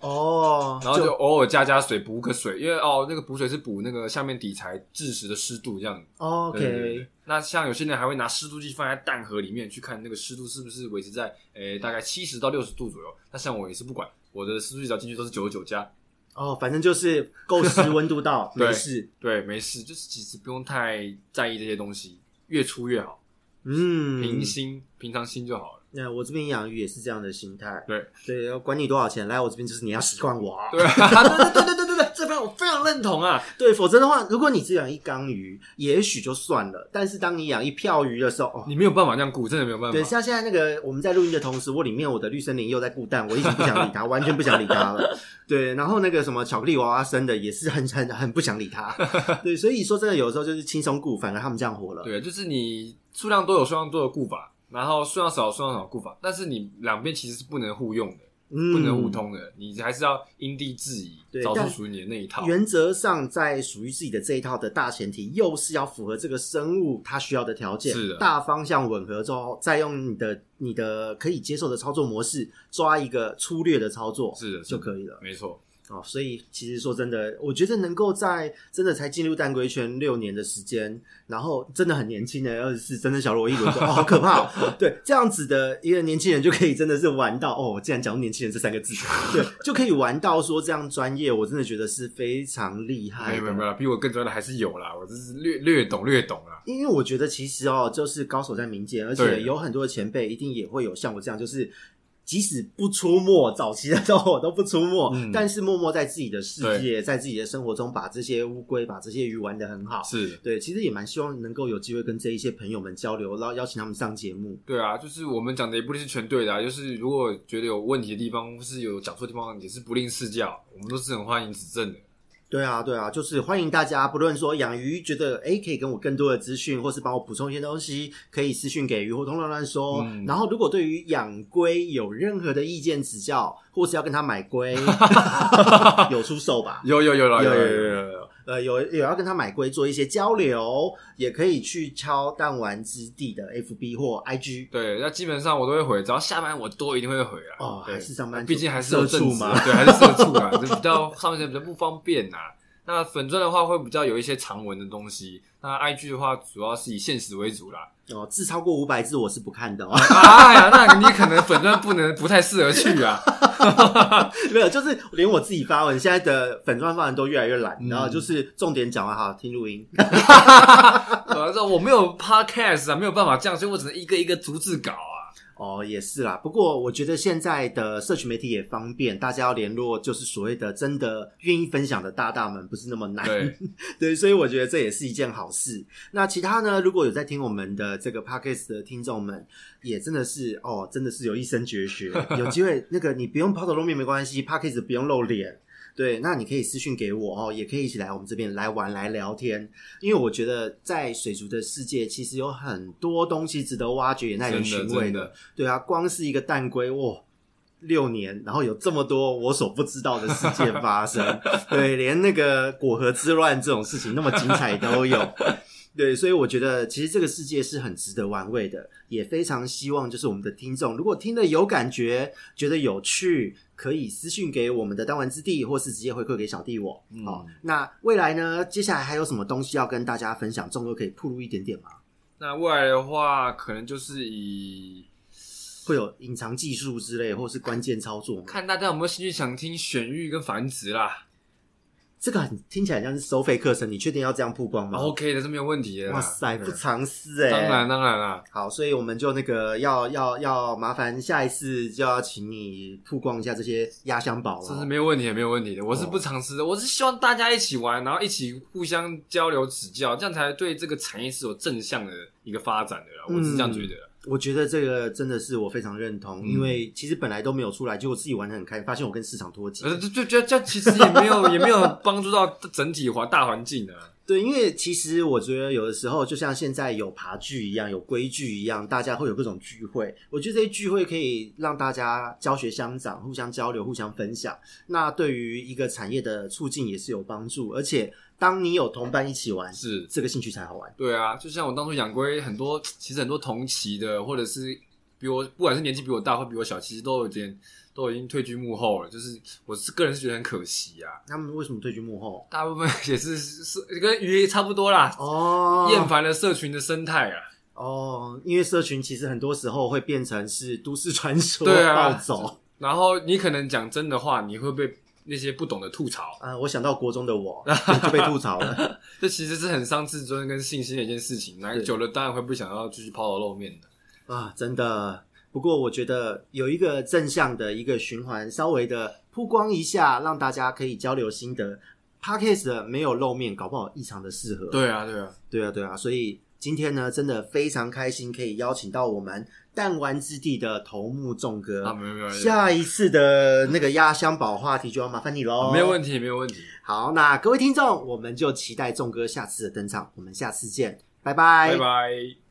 哦，
然后就偶尔加加水补个水，因为哦那个补水是补那个下面底材致时的湿度这样子。
OK，
对对对那像有些人还会拿湿度计放在蛋盒里面去看那个湿度是不是维持在诶、呃大概七十到六十度左右。那像我也是不管，我的湿度计只要进去都是九十九加，
哦，反正就是够 湿，温度到
对
没事。
对，没事，就是其实不用太在意这些东西，越粗越好，
嗯，
平心、平常心就好了。
那我这边养鱼也是这样的心态，
对
对，要管你多少钱，来我这边就是你要习惯我啊，
对啊，对对对对对对，这边我非常认同啊。
对，否则的话，如果你只养一缸鱼，也许就算了，但是当你养一票鱼的时候，哦，
你没有办法这样顾，真的没有办
对，
法。
像现在那个我们在录音的同时，我里面我的绿森林又在顾蛋，我一直不想理它，完全不想理它了。对，然后那个什么巧克力娃娃生的也是很很很不想理 它。对，所以说真的有时候就是轻松顾，反而他们这样活了。
对，就是你数量多有数量多的顾法，然后数量少有数量少的顾法，但是你两边其实是不能互用的，
嗯
不能互。通的，你还是要因地制宜
对，
找
但
出属于你的那一套。
原则上，在属于自己的这一套的大前提，又是要符合这个生物它需要的条件，
是的
大方向吻合之后，再用你的你的可以接受的操作模式，抓一个粗略的操作，
是的，
就是
的
可以了。
没错。
哦，所以其实说真的，我觉得能够在真的才进入蛋龟圈六年的时间，然后真的很年轻的二十四，真的小罗一轮说，哦，好可怕、哦！对，这样子的一个年轻人就可以真的是玩到哦，我竟然讲年轻人这三个字，对，就可以玩到说这样专业，我真的觉得是非常厉害
没
的。
有没有没有，比我更专业的还是有啦，我这是略略懂略懂啦。
因为我觉得其实哦，就是高手在民间，而且
对
有很多的前辈一定也会有像我这样，就是即使不出没，早期的时候我都不出没，
嗯
但是默默在自己的世界，在自己的生活中把这些乌龟、把这些鱼玩得很好。
是的。
对，其实也蛮希望能够有机会跟这一些朋友们交流，然后邀请他们上节目。
对啊，就是我们讲的也不一定是全对的、啊，就是如果觉得有问题的地方，或是有讲错地方，也是不吝赐教，我们都是很欢迎指正的。
对啊，对啊，就是欢迎大家，不论说养鱼觉得诶可以跟我更多的资讯，或是帮我补充一些东西，可以私讯给鱼活通乱乱说。
嗯
然后，如果对于养龟有任何的意见指 教，或是要跟他买龟，有出售吧？
有有有啦
有
有
有
有
有
有有有，
呃，有有要跟他买龟做一些交流，也可以去敲弹丸之地的 FB 或 IG。
对，那基本上我都会回，只要下班我都一定会回啊。
哦，
对
还是上班族，
毕竟还是有
社
正
畜
职
嘛
啊，，对，还是社畜啊，就比较上面比较不方便呐、那粉钻的话会比较有一些长文的东西，那 IG 的话主要是以现实为主啦。
哦，字超过五百字我是不看的哦。
哎呀，那你可能粉钻不能不太适合去啊。
没有，就是连我自己发文，现在的粉砖发文都越来越懒，
嗯
然后就是重点讲完好听录音，
反呃正我没有 podcast 啊，没有办法这样，所以我只能一个一个逐字 稿啊。
哦，也是啦。不过我觉得现在的社群媒体也方便，大家要联络就是所谓的真的愿意分享的大大们，不是那么难。
对，
对，所以我觉得这也是一件好事。那其他呢？如果有在听我们的这个 podcast 的听众们，也真的是哦，真的是有一身绝学。有机会，那个你不用抛头露面没关系，podcast 不用露脸。对，那你可以私讯给我哦，也可以一起来我们这边来玩来聊天，因为我觉得在水族的世界，其实有很多东西值得挖掘，也耐人
真
寻
的
味
真的，
对啊，光是一个蛋龟，哇，六年，然后有这么多我所不知道的事件发 生，对，连那个果核之乱这种事情那么精彩都有。对，所以我觉得其实这个世界是很值得玩味的，也非常希望就是我们的听众，如果听了有感觉，觉得有趣，可以私信给我们的当玩之地，或是直接回馈给小弟我。好、
嗯
那未来呢，接下来还有什么东西要跟大家分享？众哥可以铺路一点点吗？
那未来的话，可能就是以
会有隐藏技术之类，或是关键操作吗？
看大家有没有兴趣想听选育跟繁殖啦。
这个很听起来像是收费课程，你确定要这样曝光吗？
OK 的，这没有问题的啦。
嗯哇塞，不
哦对啊
藏私哎、
当然当然啦。
好，所以我们就那个要要要麻烦下一次就要请你曝光一下这些压箱宝
这是
了。
没有问题，没有问题的。我是不藏私的，我是希望大家一起玩，然后一起互相交流指教，这样才对这个产业是有正向的一个发展的啦。我是这样觉得啦。
我觉得这个真的是我非常认同，
嗯
因为其实本来都没有出来，结果自己玩的很开，发现我跟市场脱节。
呃，这这这这其实也没有也没有帮助到整体环大环境的。
对，因为其实我觉得有的时候，就像现在有爬剧一样，有规矩一样，大家会有各种聚会。我觉得这些聚会可以让大家教学相长，互相交流，互相分享。那对于一个产业的促进也是有帮助。而且，当你有同伴一起玩，
是，
这个兴趣才好玩。
对啊，就像我当初养龟，很多其实很多同期的，或者是比我不管是年纪比我大或比我小，其实都有点都已经退居幕后了。就是我是个人是觉得很可惜啊。
他们为什么退居幕后？
大部分 也是是跟鱼差不多啦，
哦，
厌烦了社群的生态啊。
哦，因为社群其实很多时候会变成是都市传说
对啊
暴走。
然后你可能讲真的话，你会被那些不懂的吐槽，
啊、我想到国中的 我就被吐槽了。
这其实是很伤自尊跟信心的一件事情。那
对
久了当然会不想要继续抛头露面的。
啊，真的。不过我觉得有一个正向的一个循环，稍微的曝光一下，让大家可以交流心得。Podcast 的没有露面，搞不好异常的适合。
对啊，对啊，
对啊，对啊。所以今天呢，真的非常开心，可以邀请到我们弹丸之地的头目众哥。
啊，没有没有没有，
下一次的那个压箱宝话题就要麻烦你喽。
啊没有问
题。
题，没有问题。
好，那各位听众，我们就期待众哥下次的登场。我们下次见，拜
拜拜。